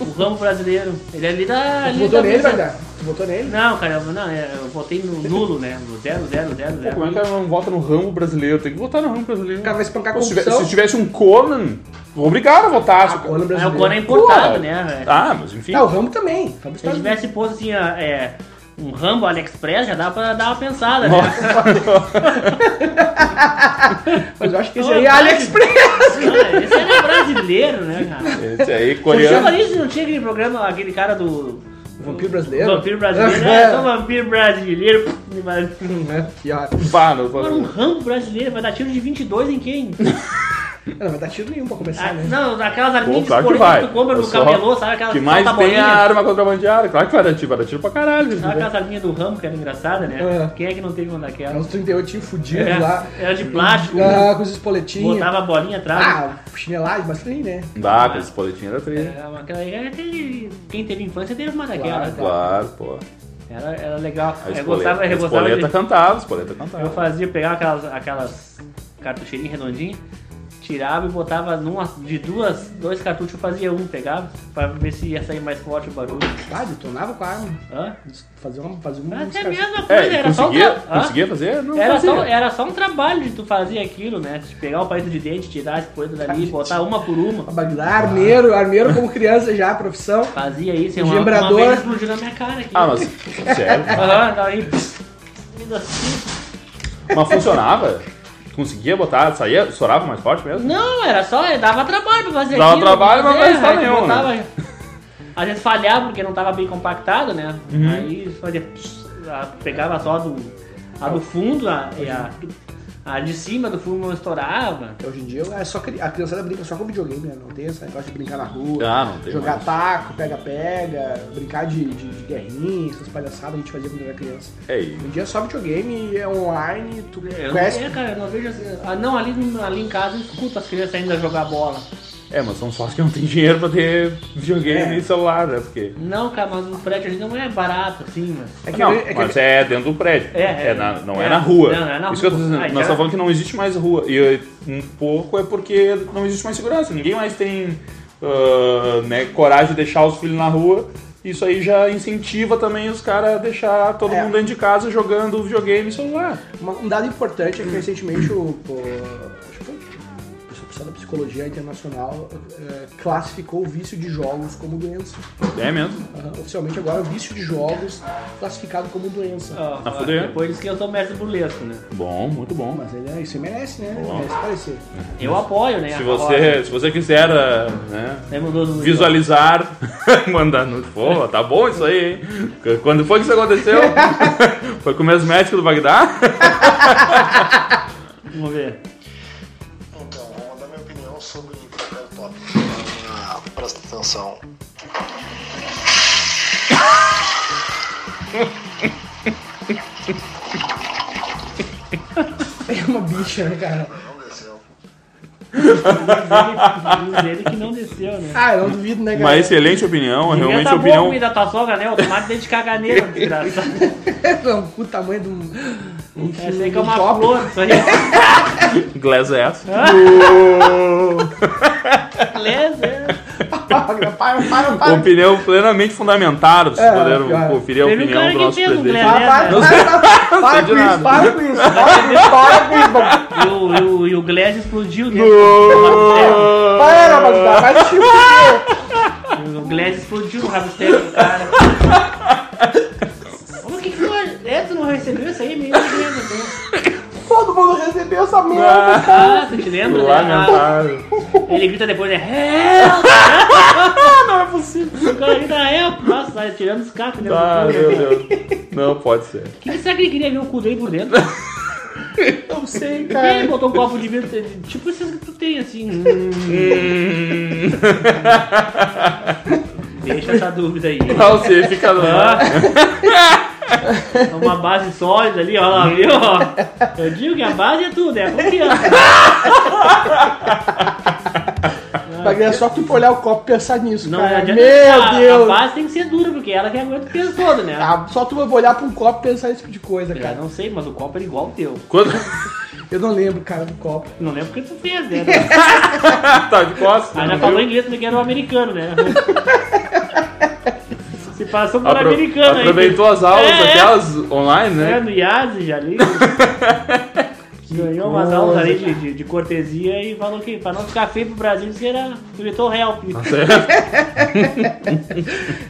B: O ramo brasileiro. Ele é ali da.
A: Tu
B: ali
A: votou
B: da
A: nele,
B: missão.
A: Bagdá? Tu votou nele?
B: Não, cara, eu- não, é, eu votei no nulo, né? No zero, zero, zero,
D: Pô,
B: zero.
D: como é que o cara não vota no ramo brasileiro? Tem que votar no ramo brasileiro.
A: O cara vai espancar a
D: Pô, se, tivesse,
A: corrupção.
D: se tivesse um Conan, obrigado a votar. se o
A: Ah,
D: cara-
A: Conan
B: É, o
A: brasileiro.
B: Conan é importado,
D: Pô,
B: né?
D: Ah, mas enfim.
A: Ah, o tá- Rambo também. Rambo
B: Se ele
A: Estados Unidos.
B: tivesse posto assim, a- é, um Rambo AliExpress, já dá pra dar uma pensada, né?
A: Mas eu acho que esse aí é AliExpress.
B: Não, esse era brasileiro, né, cara?
D: Esse aí,
B: Eu
D: coreano.
B: falei isso, não tinha aquele programa, aquele cara do.
A: O Vampiro brasileiro?
B: Vampiro brasileiro.
A: É.
B: É, só vampiro brasileiro. Agora
A: Não é pior.
D: Vá, não,
B: um
D: não.
B: Rambo brasileiro vai dar tiro de 22 em quem?
A: Não vai dar tiro nenhum pra começar,
B: Ah,
A: né?
B: não, aquelas
D: Pô,
B: arminhas de
D: claro que
B: esportiva
D: vai.
B: que tu compra
D: Eu
B: no
D: só-
B: cabelô, sabe? Aquelas
D: que mais
B: solta
D: tem a
B: bolinha.
D: arma contrabandeada. Claro que vai dar tiro, vai dar tiro pra caralho.
B: Sabe aquelas arminhas do Rambo que era engraçada, né?
A: É.
B: Quem é que não teve uma
A: É
B: daquelas?
A: uns 38 fudidos
B: É,
A: lá.
B: Era de plástico, né?
A: Ah, com esses poletinhos.
B: botava a bolinha atrás.
A: Ah, chinelagem, mas tem, né?
B: É.
D: Dá, com esse boletim era três.
B: Era É aquela- era aquele- Quem teve infância teve uma daquela. né?
A: Claro,
D: Claro, pô.
B: Era, era legal.
D: A
B: É. eu gostava, eu
D: espoleta- a
B: gostava de-
D: espoleta cantava, a espoleta
B: Eu
D: cantava.
B: fazia, pegava aquelas, aquelas cartucheirinhas redondinhas, tirava e botava numa, de duas, dois cartuchos eu fazia um, pegava, pra ver se ia sair mais forte o barulho.
A: Ah, detonava com a arma.
B: Hã?
A: Fazia uma. Fazia uma
B: Mas é a
A: música.
B: mesma coisa,
D: É,
B: era, só um
D: conseguia,
B: tra- Hã?
D: conseguia fazer? Não
B: era,
D: fazia.
B: só, era só um trabalho de tu fazer aquilo, né? De pegar o palito de dente, tirar as coisas dali, botar uma por uma.
A: Bagdá, armeiro, armeiro como criança já, profissão.
B: Fazia isso, e uma, uma
A: Gembrador.
B: vez explodiu na minha cara aqui.
D: Ah, mas sério?
B: Aham, daí... pss, Vida assim...
D: Mas funcionava? Conseguia botar, saía, sorava mais forte mesmo?
B: Não, era só, dava trabalho pra fazer
D: Dava
B: aquilo,
D: trabalho,
B: fazer,
D: mas não gastava
B: aí tu
D: nenhum,
B: botava- Às vezes falhava porque não tava bem compactado, né?
D: Uhum.
B: Aí fazia... pss, a- Pegava só a do, a do fundo, a, e a, a de cima do fundo não estourava.
A: Hoje em dia é só cri- a criançada brinca só com videogame, né? Não tem essa negócio de brincar na rua.
D: Ah, não tem
A: Jogar
D: mais.
A: taco, pega-pega, brincar de, de, de guerrinha, essas palhaçadas que a gente fazia quando era criança.
D: É aí.
A: Hoje em dia é só videogame, é online, tu
B: Eu não,
A: conhece.
B: é, cara, eu não vejo assim- ah, Não, ali, ali em casa eu escuto as crianças ainda jogar bola.
D: É, mas são só os que não tem dinheiro pra ter videogame
A: É.
D: e celular, né? Porque.
B: Não, cara, mas o prédio ali não é barato assim, mas.
A: É que,
D: não,
A: é que-
D: mas é dentro do prédio.
B: É, é.
D: na- não é,
B: É.
D: na rua.
B: Não, não é na
D: Isso que eu tô
B: rua.
D: dizendo.
B: Ah,
D: Nós
B: já-
D: estamos falando que não existe mais rua. E eh, um pouco é porque não existe mais segurança. Ninguém mais tem ah, né, coragem de deixar os filhos na rua. Isso aí já incentiva também os caras a deixar todo
A: É.
D: mundo dentro de casa jogando videogame e celular.
A: Uma- um dado importante é que recentemente o. o- acho que foi o pessoal da Psicologia Internacional eh, classificou o vício de jogos como doença.
D: É mesmo?
A: Aham, Oficialmente agora o vício de jogos classificado como doença.
B: ó,
D: Ah,
B: ó,
D: fudeu.
B: depois diz que eu sou mestre burlesco, né?
D: Bom, muito bom.
A: Mas ele, é- isso aí merece, né?
D: Bom.
A: Merece parecer.
B: Eu apoio, né?
D: Se
B: Agora,
D: você, se você quiser ah, né,
B: né, mudou do-
D: visualizar, mandar no. Pô, tá bom isso aí, hein? Quando foi que isso aconteceu? foi com o mesmo médico do Bagdá?
B: Vamos ver.
E: Então, vou mandar minha opinião sobre qualquer tópico. Ah, presta atenção.
A: É uma bicha, né, cara?
E: Não desceu.
B: Diz ele que não desceu, né? tá
A: Ah, eu não duvido, né, cara?
D: Uma excelente opinião, é realmente
B: Inventa boa
D: opinião.
B: comida da tua sogra, né? O tomate dentro de caganeira, desgraçado.
A: é um cu tamanho de um. Enfim,
B: Essa aí que é
A: um
B: uma
A: copo.
B: flor, isso aí é
D: Glass é ass.
B: Ah. inglês, é.
A: para, para, para. para.
D: opinião plenamente fundamentada. Vocês
A: É,
D: poderam
A: cara.
D: conferir a
B: Teve um
D: opinião
B: cara
D: do
B: que
D: nosso
B: fez um
D: presidente.
B: Glass-
A: Para, para,
D: né?
A: para,
D: Não
A: para,
D: sei
A: para
D: de
A: com isso,
D: nada.
A: para com isso, para com isso, para com isso, Bagdá.
B: E o, e o, e o Glass explodiu né? dentro do
D: Ô,
A: Para, Bagdá, vai te fuder.
B: rabistério. O Glass explodiu no rabistério do cara. Ô, O que que foi? É, tu não recebeu isso aí? Meio inglês, né?
A: Todo mundo recebeu essa merda.
D: ah,
B: Ah, tu te lembra? né?
D: Lamentável.
B: Ele grita depois, né? Help! Não é possível. O cara grita help. Nossa, tá tirando os cacos dentro
D: Ah,
B: do cu, né?
D: meu Deus. Não pode ser.
B: O que será que ele queria ver o cu dele por dentro?
A: Não sei,
B: E aí,
A: cara.
B: botou um copo de vidro, tipo esses que tu tem, assim. hum,
D: Hum.
B: Deixa essa dúvida aí.
D: Ah, você fica lá.
B: É uma base sólida ali, ó lá, viu? ó? Eu digo que a base é tudo, é a confiança.
A: Vai ganhar só que tu olhar o copo e pensar nisso,
B: Não,
A: cara.
B: não adianta.
A: Meu
B: a,
A: Deus!
B: A base tem que ser dura, porque ela que aguenta o peso todo, né?
A: Ah, só tu vai olhar pra um copo e pensar esse tipo de
D: É.
A: coisa,
B: Eu
A: cara.
B: não sei, mas o copo era igual o teu.
D: Quando...
A: Eu não lembro, cara, do copo.
B: Não lembro o que tu fez, né?
D: tá de costas.
B: Aí
D: não
B: Ah, já falou
D: viu?
B: inglês porque era o americano, né? Se passou por
D: Apro-
B: um americano aí.
D: Aproveitou as aulas,
B: É.
D: aquelas online,
B: É,
D: né?
B: no IASE já ali. Ganhou umas
A: coisa,
B: aulas ali de, de- de cortesia e falou que pra não ficar feio pro Brasil, isso era. gritou help.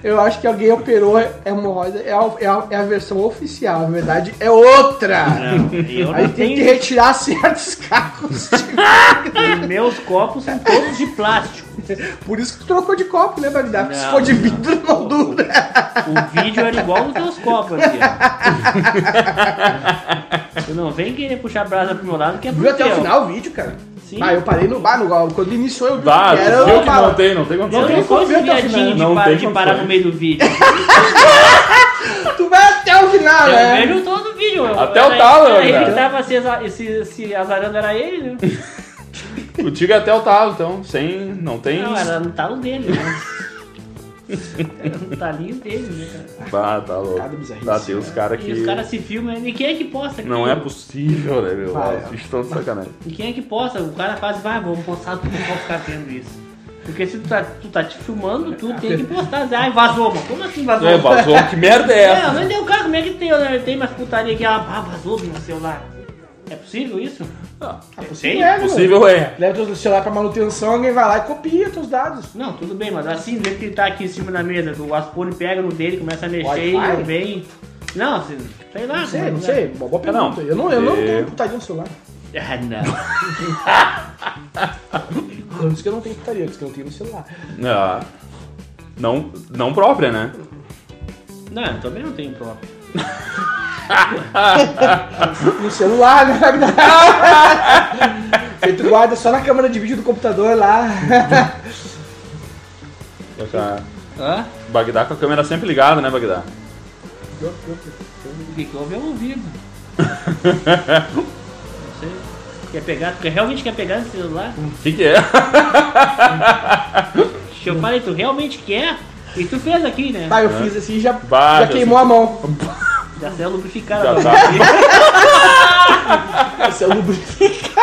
A: Eu acho que alguém operou hemorroida. É a, é a, é a versão oficial, na verdade é outra.
B: Não, eu
A: Aí
B: não
A: tem que
B: tenho.
A: retirar certos cacos.
B: Os meus copos são todos de plástico.
A: Por isso que tu trocou de copo, né, Bagdá? Porque Se
B: Não,
A: for de
B: não.
A: vidro, não dura.
B: O vídeo era igual nos teus copos aqui, ó. Tu não vem querer puxar a brasa pro meu lado, que é pro
A: Viu até
B: teu.
A: o final o vídeo, cara?
B: Sim.
A: Ah, eu parei no bar, no, quando iniciou eu vi
D: Bah,
A: que era.
D: viu que
A: bah,
D: não tem, não tem
B: Eu
D: condição.
A: tenho
B: não
A: como ver até
B: consigo
A: o
B: viadinho
A: final.
B: de,
D: Não
B: pa-
D: tem
B: de parar
D: condições.
B: no meio do vídeo.
A: Tu vai até o final,
B: Eu
A: né?
B: vejo todo o vídeo.
D: Até
B: Era
D: o talo,
B: ele-
D: cara.
B: Ele tava se, exa- se- se azarando, era ele, né?
D: O Tigre até o talo, então. Sem. Não tem.
B: Não, era no talo dele, né? Era no talinho dele, né, cara?
D: Bah, tá louco.
A: Cada bizarrice, né?
D: Tá, tem uns caras
B: E
D: que.
B: os caras se filmam, e quem é que posta? aqui?
D: Não é possível, né, meu?
A: Ah, é.
D: Os bichos estão de sacanagem.
B: E quem é que posta? O cara faz, vai, "Ah, vamos postar, tu não pode ficar vendo isso. Porque se tu tá, tu tá te filmando, tu tem que postar. Ai, vazou, mano. Como assim vazou?
D: É, vazou, que merda é
B: É,
D: essa?
B: mas é o cara, como é que tem, né? Tem mais putaria que ela ah, vazou do meu celular. É possível isso?
D: Ah,
B: Tem?
A: É, meu.
D: Possível é.
A: Leva teu celular pra manutenção, alguém vai lá e copia teus dados.
B: Não, tudo bem, mas assim, desde que ele tá aqui em cima da mesa, o Aspone pega no dele, começa a mexer e
A: Wi-Fi?
B: não vem. Não, assim, sei lá.
A: Não sei,
B: como é
A: não
B: que
A: sei. Uma boa pergunta.
D: não.
A: Eu não, eu não
D: É.
A: tenho putaria no celular.
B: é. Ah, não.
A: Eu disse que eu não tenho putaria, eu disse que eu não tenho no celular.
D: Ah, não, não própria, né?
B: Não, eu também não tenho próprio.
A: No celular, né? Bagdá? Aí tu guarda só na câmera de vídeo do computador lá.
D: Tá.
B: Hã?
D: Bagdá com a câmera sempre ligada, né, Bagdá?
B: O que que houve é o ouvido. não sei. Quer pegar? Tu realmente quer pegar no celular?
D: O que, que é?
B: Que é? eu falei, tu realmente quer? E tu fez aqui, né?
A: Tá, eu fiz assim e já,
D: Bah,
A: já
D: Deus.
A: queimou a mão.
B: Já saiu lubrificado.
D: Já
B: agora.
D: tá.
A: Esse é o lubrificante.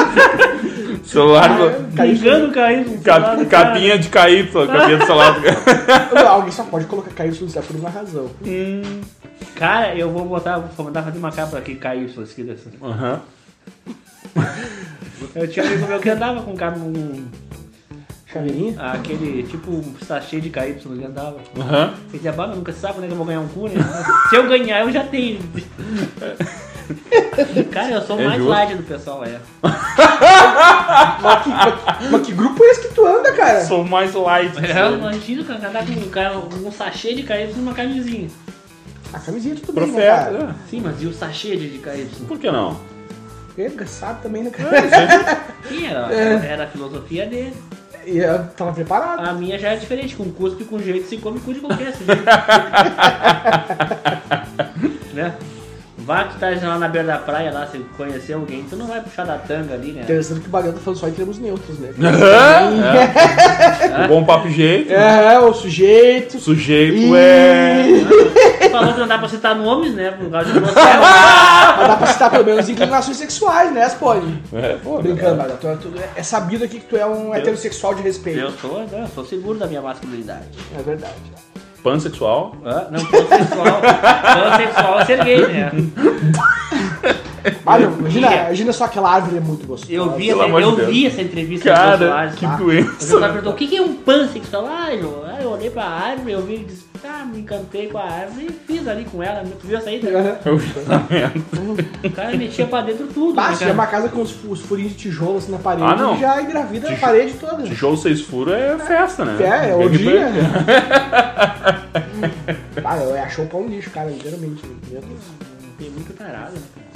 D: Celular.
B: Ligando, caindo. no celular
D: Cap,
B: do cara.
D: capinha de cair, pô, capinha do celular.
A: Não, Alguém só pode colocar cair no celular por uma razão.
B: Cara, eu vou botar, vou mandar fazer uma capa aqui, caiu, sua esquerda assim.
D: Aham.
B: Eu tinha um amigo meu que andava com um cara num-
A: Caveirinha?
B: aquele tipo um sachê de KY que andava.
D: Aham.
B: Ele dizia, "Bah, mas nunca se sabe quando é que eu vou ganhar um cu, né? Se eu ganhar, eu já tenho. Cara, eu sou o
D: É
B: mais
D: justo.
B: light do pessoal, é.
A: Mas que, mas- mas que grupo é esse que tu anda, cara?
D: Sou mais light.
B: Eu imagino que andar com um, cara, um sachê de KY e uma camisinha.
A: A camisinha tudo bem, né, cara?
D: Profeta.
B: Sim, mas e o sachê de de KY?
D: Por que não?
A: Pega, sabe também, né,
D: É
A: cara?
B: Sim, era, era a filosofia dele.
A: E eu tava preparado.
B: A minha já é diferente, com cuspe, com jeito, se come cu de qualquer jeito. né? Vá que tá lá na beira da praia, lá, se conhecer alguém, tu não vai puxar da tanga ali, né?
A: Interessante que o Bagão tá falando só em termos neutros, né?
D: Aham. É. O bom papo e jeito.
A: É, o sujeito.
D: Sujeito
A: Ih.
D: é.
B: Tu Falou que não dá pra citar nomes, né? Por causa de processo.
A: Mas dá pra citar pelo menos inclinações sexuais, né, Spone?
D: É, pô,
A: Brincando, Bagão. tu é- tu é- É sabido aqui que tu é um heterossexual de respeito.
B: Eu sou, né? Eu sou seguro da minha masculinidade.
A: É verdade.
D: pansexual.
B: Hã? Não, pansexual. pansexual é ser gay, né?
A: Olha, imagina, imagina só aquela árvore é muito gostosa.
B: Eu vi,
D: Pelo
B: essa,
D: amor de
B: eu
D: Deus.
B: vi essa entrevista do
D: Cara,
B: Bolsonaro,
D: que
B: tá? O
D: doença.
B: pessoal perguntou o que que é um pansexual. Ah, eu, ah, eu olhei pra árvore, eu vi e disse, ah, me encantei com a árvore e fiz ali com ela. Tu viu essa aí? Débora?
A: Aham.
B: O cara metia pra dentro tudo.
A: Bah,
B: né,
A: se é
B: cara?
A: uma casa com os, fu- os furinhos de tijolo assim na parede,
D: Ah, não.
A: já engravida a
D: Tijolo-
A: parede toda.
D: Show seis furos é festa, né?
A: É, é o
D: Tem que-
A: dia. Ah, eu achou o pão lixo, cara, literalmente. Meu Deus.
B: Tem muito tarado, né, cara?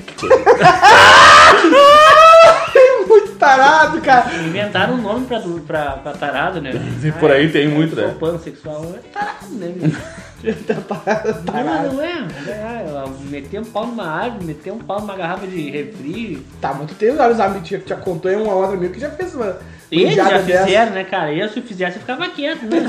A: é um Muito tarado, cara.
B: Inventaram um nome pra, do- pra, pra tarado, né?
D: E por aí tem muito,
B: Sou
D: né?
B: pansexual. É tarado, né? meu?
A: Tá Tarado.
B: Não, não é. Ah, ela meteu um pau numa árvore, meteu um pau numa garrafa de refri.
A: Tá, mas tu tem vários amigos que já- que já contou e um ou outro amigo que já fez uma,
B: Eles já
A: Piada dessa.
B: fizeram, né, cara? Eu se eu fizesse, eu ficava quieto, né?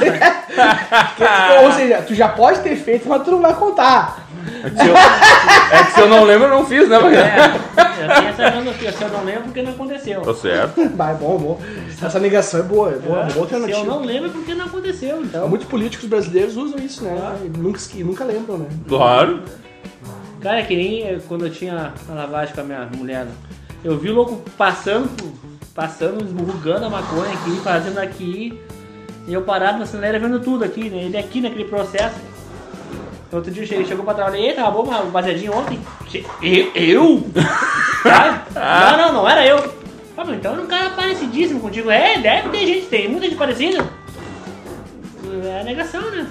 B: cara?
A: Ou seja, tu já pode ter feito, mas tu não vai contar.
D: É que se eu, é que se eu não lembro, eu não fiz, né, Magrão?
B: É, eu tenho essa filosofia. Se eu não lembro, é porque não aconteceu.
D: Tá certo.
A: Mas é bom, bom. Essa negação é boa, é boa, é uma boa
B: Se eu
A: alternativa.
B: não lembro, porque não aconteceu. Então,
A: Muitos políticos brasileiros usam isso, né? E nunca, esque- nunca lembram, né?
D: Claro.
B: Cara, que nem eh, quando eu tinha a lavagem com a minha mulher, né? eu vi o louco passando, por- passando, esmurrugando a maconha aqui, fazendo aqui, e eu parado na acelera vendo tudo aqui, né? Ele aqui naquele processo. Outro dia ele chegou pra trabalhar, eita, tava tá bom uma baseadinha ontem. Che- Eu? eu? Sabe? não, não, não era eu. Ah, mas então era um cara parecidíssimo contigo. É, deve ter gente, tem muita gente parecida. É a negação, né?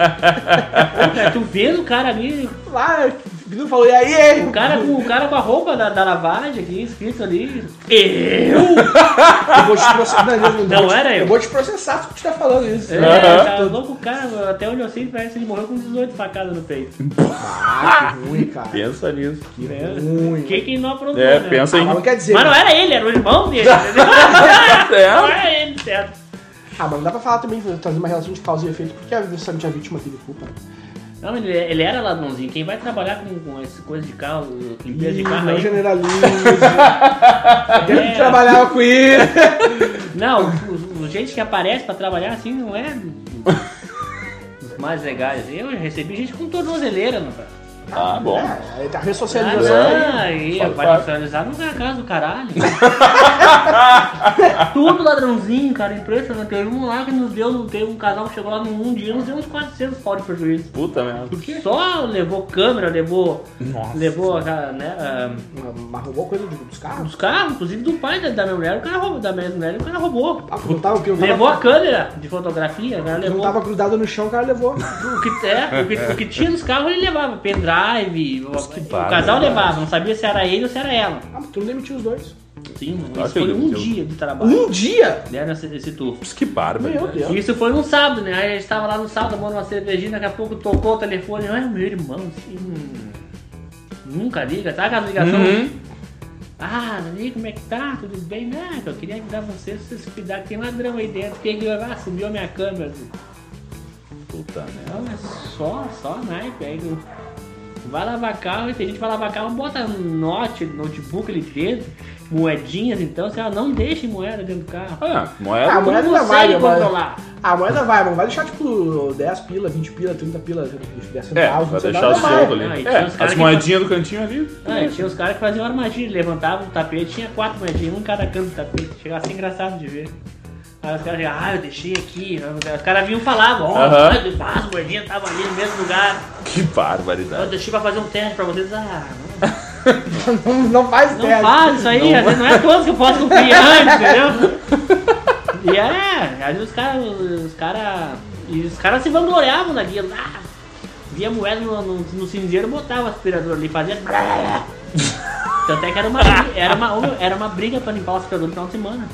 B: Cara, tu vendo o cara ali,
A: Lá, o Bidu falou, e aí?
B: o cara, com, o cara com a roupa da, da lavagem aqui, escrito ali. Eu?
A: Eu vou te processar. Não, eu
B: Não
A: vou te-
B: era eu.
A: Eu vou te processar porque tu tá falando isso.
B: É,
D: Aham.
B: tá louco o cara, até onde eu sei, parece que ele morreu com 18 facadas no peito. É,
A: Ah, que ruim, cara.
D: Pensa nisso.
A: Ruim.
B: Que que não aprontou,
D: É,
B: né?
D: pensa
A: Ah,
D: em.
A: mas não quer dizer.
B: Mas não era ele, era o irmão dele, entendeu? não
D: É.
B: era ele, certo? é-
A: Ah, mas não dá pra falar também, trazer uma relação de causa e efeito, porque a necessariamente a vítima teve culpa.
B: Não, ele, ele era ladrãozinho. Quem vai trabalhar com, com essas coisas de carro, limpeza é de
A: Ih,
B: carro
A: não
B: aí...
A: generalize. Eu
B: É,
A: que trabalhava com isso.
B: Não, o, o gente que aparece pra trabalhar assim não é... Os mais legais. Eu já recebi gente com tornozeleira, não, cara.
D: Ah, bom.
A: É, tá
B: Ah,
A: ressocialização aí.
B: não, aí,
D: Fala,
B: vai
D: fala.
B: nacionalizar não vai a casa do caralho. Tudo ladrãozinho, cara, impressionante. Teve um lá que nos deu, teve um casal que chegou lá num um dia, nos deu uns 400 pau de prejuízo.
D: Puta merda.
B: Só levou câmera, levou.
D: Nossa.
B: Levou a, né, a-
A: Mas roubou coisa de- dos carros?
B: os carros, inclusive do pai da, da minha mulher, o cara roubou, da minha mulher, o cara roubou.
A: Ah, porque não tava, porque não tava-
B: Levou a câmera de fotografia, o cara
A: não
B: levou
A: tava grudado no chão, o cara levou.
B: O que, é, o, que, o que tinha nos carros ele levava, pendrive, o, o
D: barba,
B: casal
D: cara.
B: levava, não sabia se era ele ou se era ela.
A: Ah, mas tu não demitiu os dois.
B: Sim, mano,
D: Claro
B: isso
D: Ah, que
B: foi
D: eu
B: um
D: entendo.
B: dia de trabalho. Né,
A: Um dia?
B: Deram esse, esse tour.
D: Putz, Que barba.
A: Meu Deus.
B: Isso foi num sábado, né? Aí a gente tava lá no sábado tomando uma cervejinha, daqui a pouco tocou o telefone. Ah, meu irmão, assim, hum, nunca liga, tá? Aquela ligação.
D: Uhum.
B: Ah, ali, como é que tá? Tudo bem? Não, que eu queria avisar vocês, vocês se cuidar, que tem ladrão aí dentro. Peguei, ah, subiu a minha câmera.
D: Puta merda.
B: Não, é só, só naipe. Aí não- vai lavar carro, e tem gente que vai lavar carro, bota note, notebook ali dentro, moedinhas então, se ela não deixa moeda dentro do carro.
D: Ah,
A: Ah,
D: moeda.
A: mas- moeda
B: não
A: da
B: consegue
A: Maia, mas-
B: controlar.
A: A moeda vai, mano. Vai deixar tipo 10 pila, 20 pila, 30 pila, 10 centavos.
D: É, vai
A: 20
D: deixar
A: centavos, vai.
D: solto
B: Ah, e
D: ali.
B: tinha uns
D: É,
B: cara
D: as
B: que-
D: moedinhas do cantinho ali.
B: Ah, e tinha os caras que faziam armadilha, levantavam o tapete, tinha quatro moedinhas, um em cada canto do tapete. Chegava assim engraçado de ver. Aí os caras chegavam, ah, eu deixei aqui. Os caras vinham falar, ó,
D: Aham.
B: ah, as moedinhas estavam ali no mesmo lugar.
D: Que
B: Eu
D: barbaridade.
B: deixei pra fazer um teste pra vocês. Ah, não
A: Não, não faz
B: Não
A: ideia.
B: fala isso aí, às vezes não é todos que eu posso confiar, entendeu? E é, às vezes os caras. Os cara, e os caras se vangloriavam na guia. Ah, via moeda no, no, no cinzeiro, botava o aspirador ali, fazia. Tanto é que era uma, era uma, era uma briga pra limpar o aspirador no final de semana.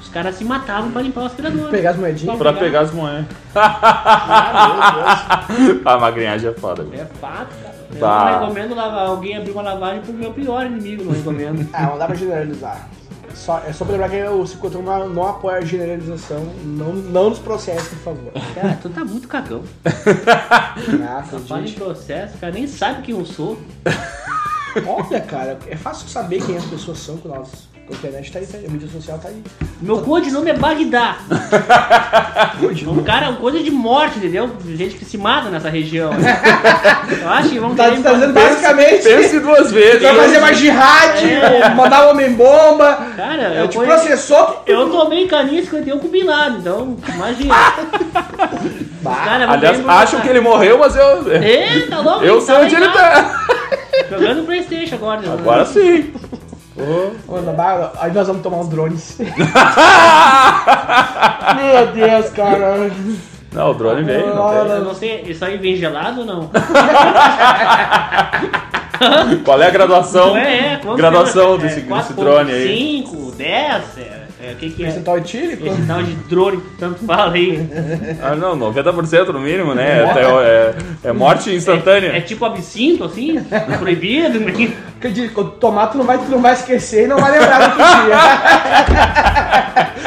B: Os caras se matavam pra limpar o aspirador.
A: Pegar as moedinhas.
D: Pra pegar as moedas. Ah, A magrinhagem é foda. velho.
B: É fato, cara. Eu
D: Bah.
B: não recomendo lavar, alguém abrir uma lavagem pro meu pior inimigo, não recomendo.
A: Ah, não dá pra generalizar. Só, é só pra lembrar que o Cicotron não, não apoia a generalização. Não, não nos processe, por favor.
B: Cara, tu tá muito cagão.
A: Graças,
B: Fala Tá em
A: gente.
B: processo, o cara nem sabe quem eu sou.
A: Olha, cara, é fácil saber quem as pessoas são com nós. A internet tá aí, tá aí, a mídia social tá aí.
B: Meu codinome é Bagdá. Um cara, uma coisa de morte, entendeu? Gente que se mata nessa região. Eu acho que vamos
A: Tá,
B: querer
A: tá dizendo basicamente.
D: Pense duas vezes.
A: Vai fazer mais jihad, mandar homem-bomba.
B: Cara,
A: Eu
B: É. eu,
A: te
B: conheço-
A: tipo, processou.
B: eu tomei caninha 51 com Bin Laden, então imagina.
A: Bah.
B: Cara, vamos
D: Aliás,
B: querer
D: acham
B: processar.
D: que ele morreu, mas eu.
B: É, tá louco?
D: Eu
B: ele
D: sei
B: tá
D: onde ele
B: lá em
D: tá.
B: casa, Jogando Playstation agora. né?
D: Agora sim.
A: Mano, bah, aí nós vamos tomar um drone. Meu Deus, cara.
D: Não, o drone veio. Não
B: Eu não sei, isso aí vem gelado ou não?
D: tem. Qual é a graduação?
B: Não é, é. quanto
D: graduação
B: será?
D: desse,
B: é? quatro
D: desse
B: ponto
D: drone aí.
B: cinco, dez, é, É, o que, que é?
A: Percentual etílico?
B: Percentual de drone, tanto fala aí.
D: Ah, não, 90% no mínimo, né? Até- É, é morte instantânea.
B: É, é tipo absinto, assim? Proibido? né?
A: Que de- Quando tomar, tu não vai, tu não vai esquecer e não vai lembrar do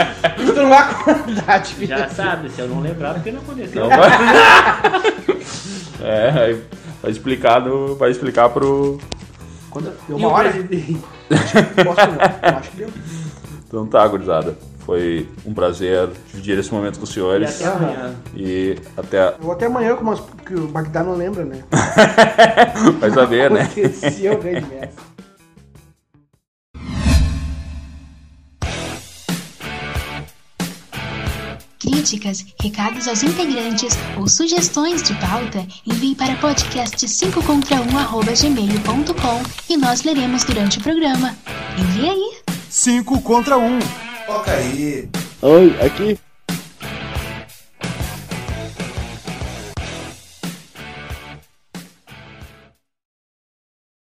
A: que tinha. Isso tu não vai acordar, tipo.
B: Já sabe, se eu não lembrar, porque não aconteceu.
D: Então vai... é, aí vai explicar, do, vai explicar pro.
A: Quando deu
B: E
A: uma
B: o
A: hora?
B: presidente?
A: Posso, não. Eu acho que deu.
D: Então tá, gurizada. Foi um prazer dividir esse momento com os
B: E
D: senhores.
B: até amanhã.
D: E até.
A: Eu vou até amanhã, como as, que o Bagdá não lembra, né?
D: Vai saber, né?
A: Aconteceu, grande merda.
C: Críticas, recados aos integrantes ou sugestões de pauta, envie para podcast 5 contra 1 arroba gmail.com e nós leremos durante o programa. Envie aí!
F: 5 contra 1.
G: Toca aí.
H: Oi, aqui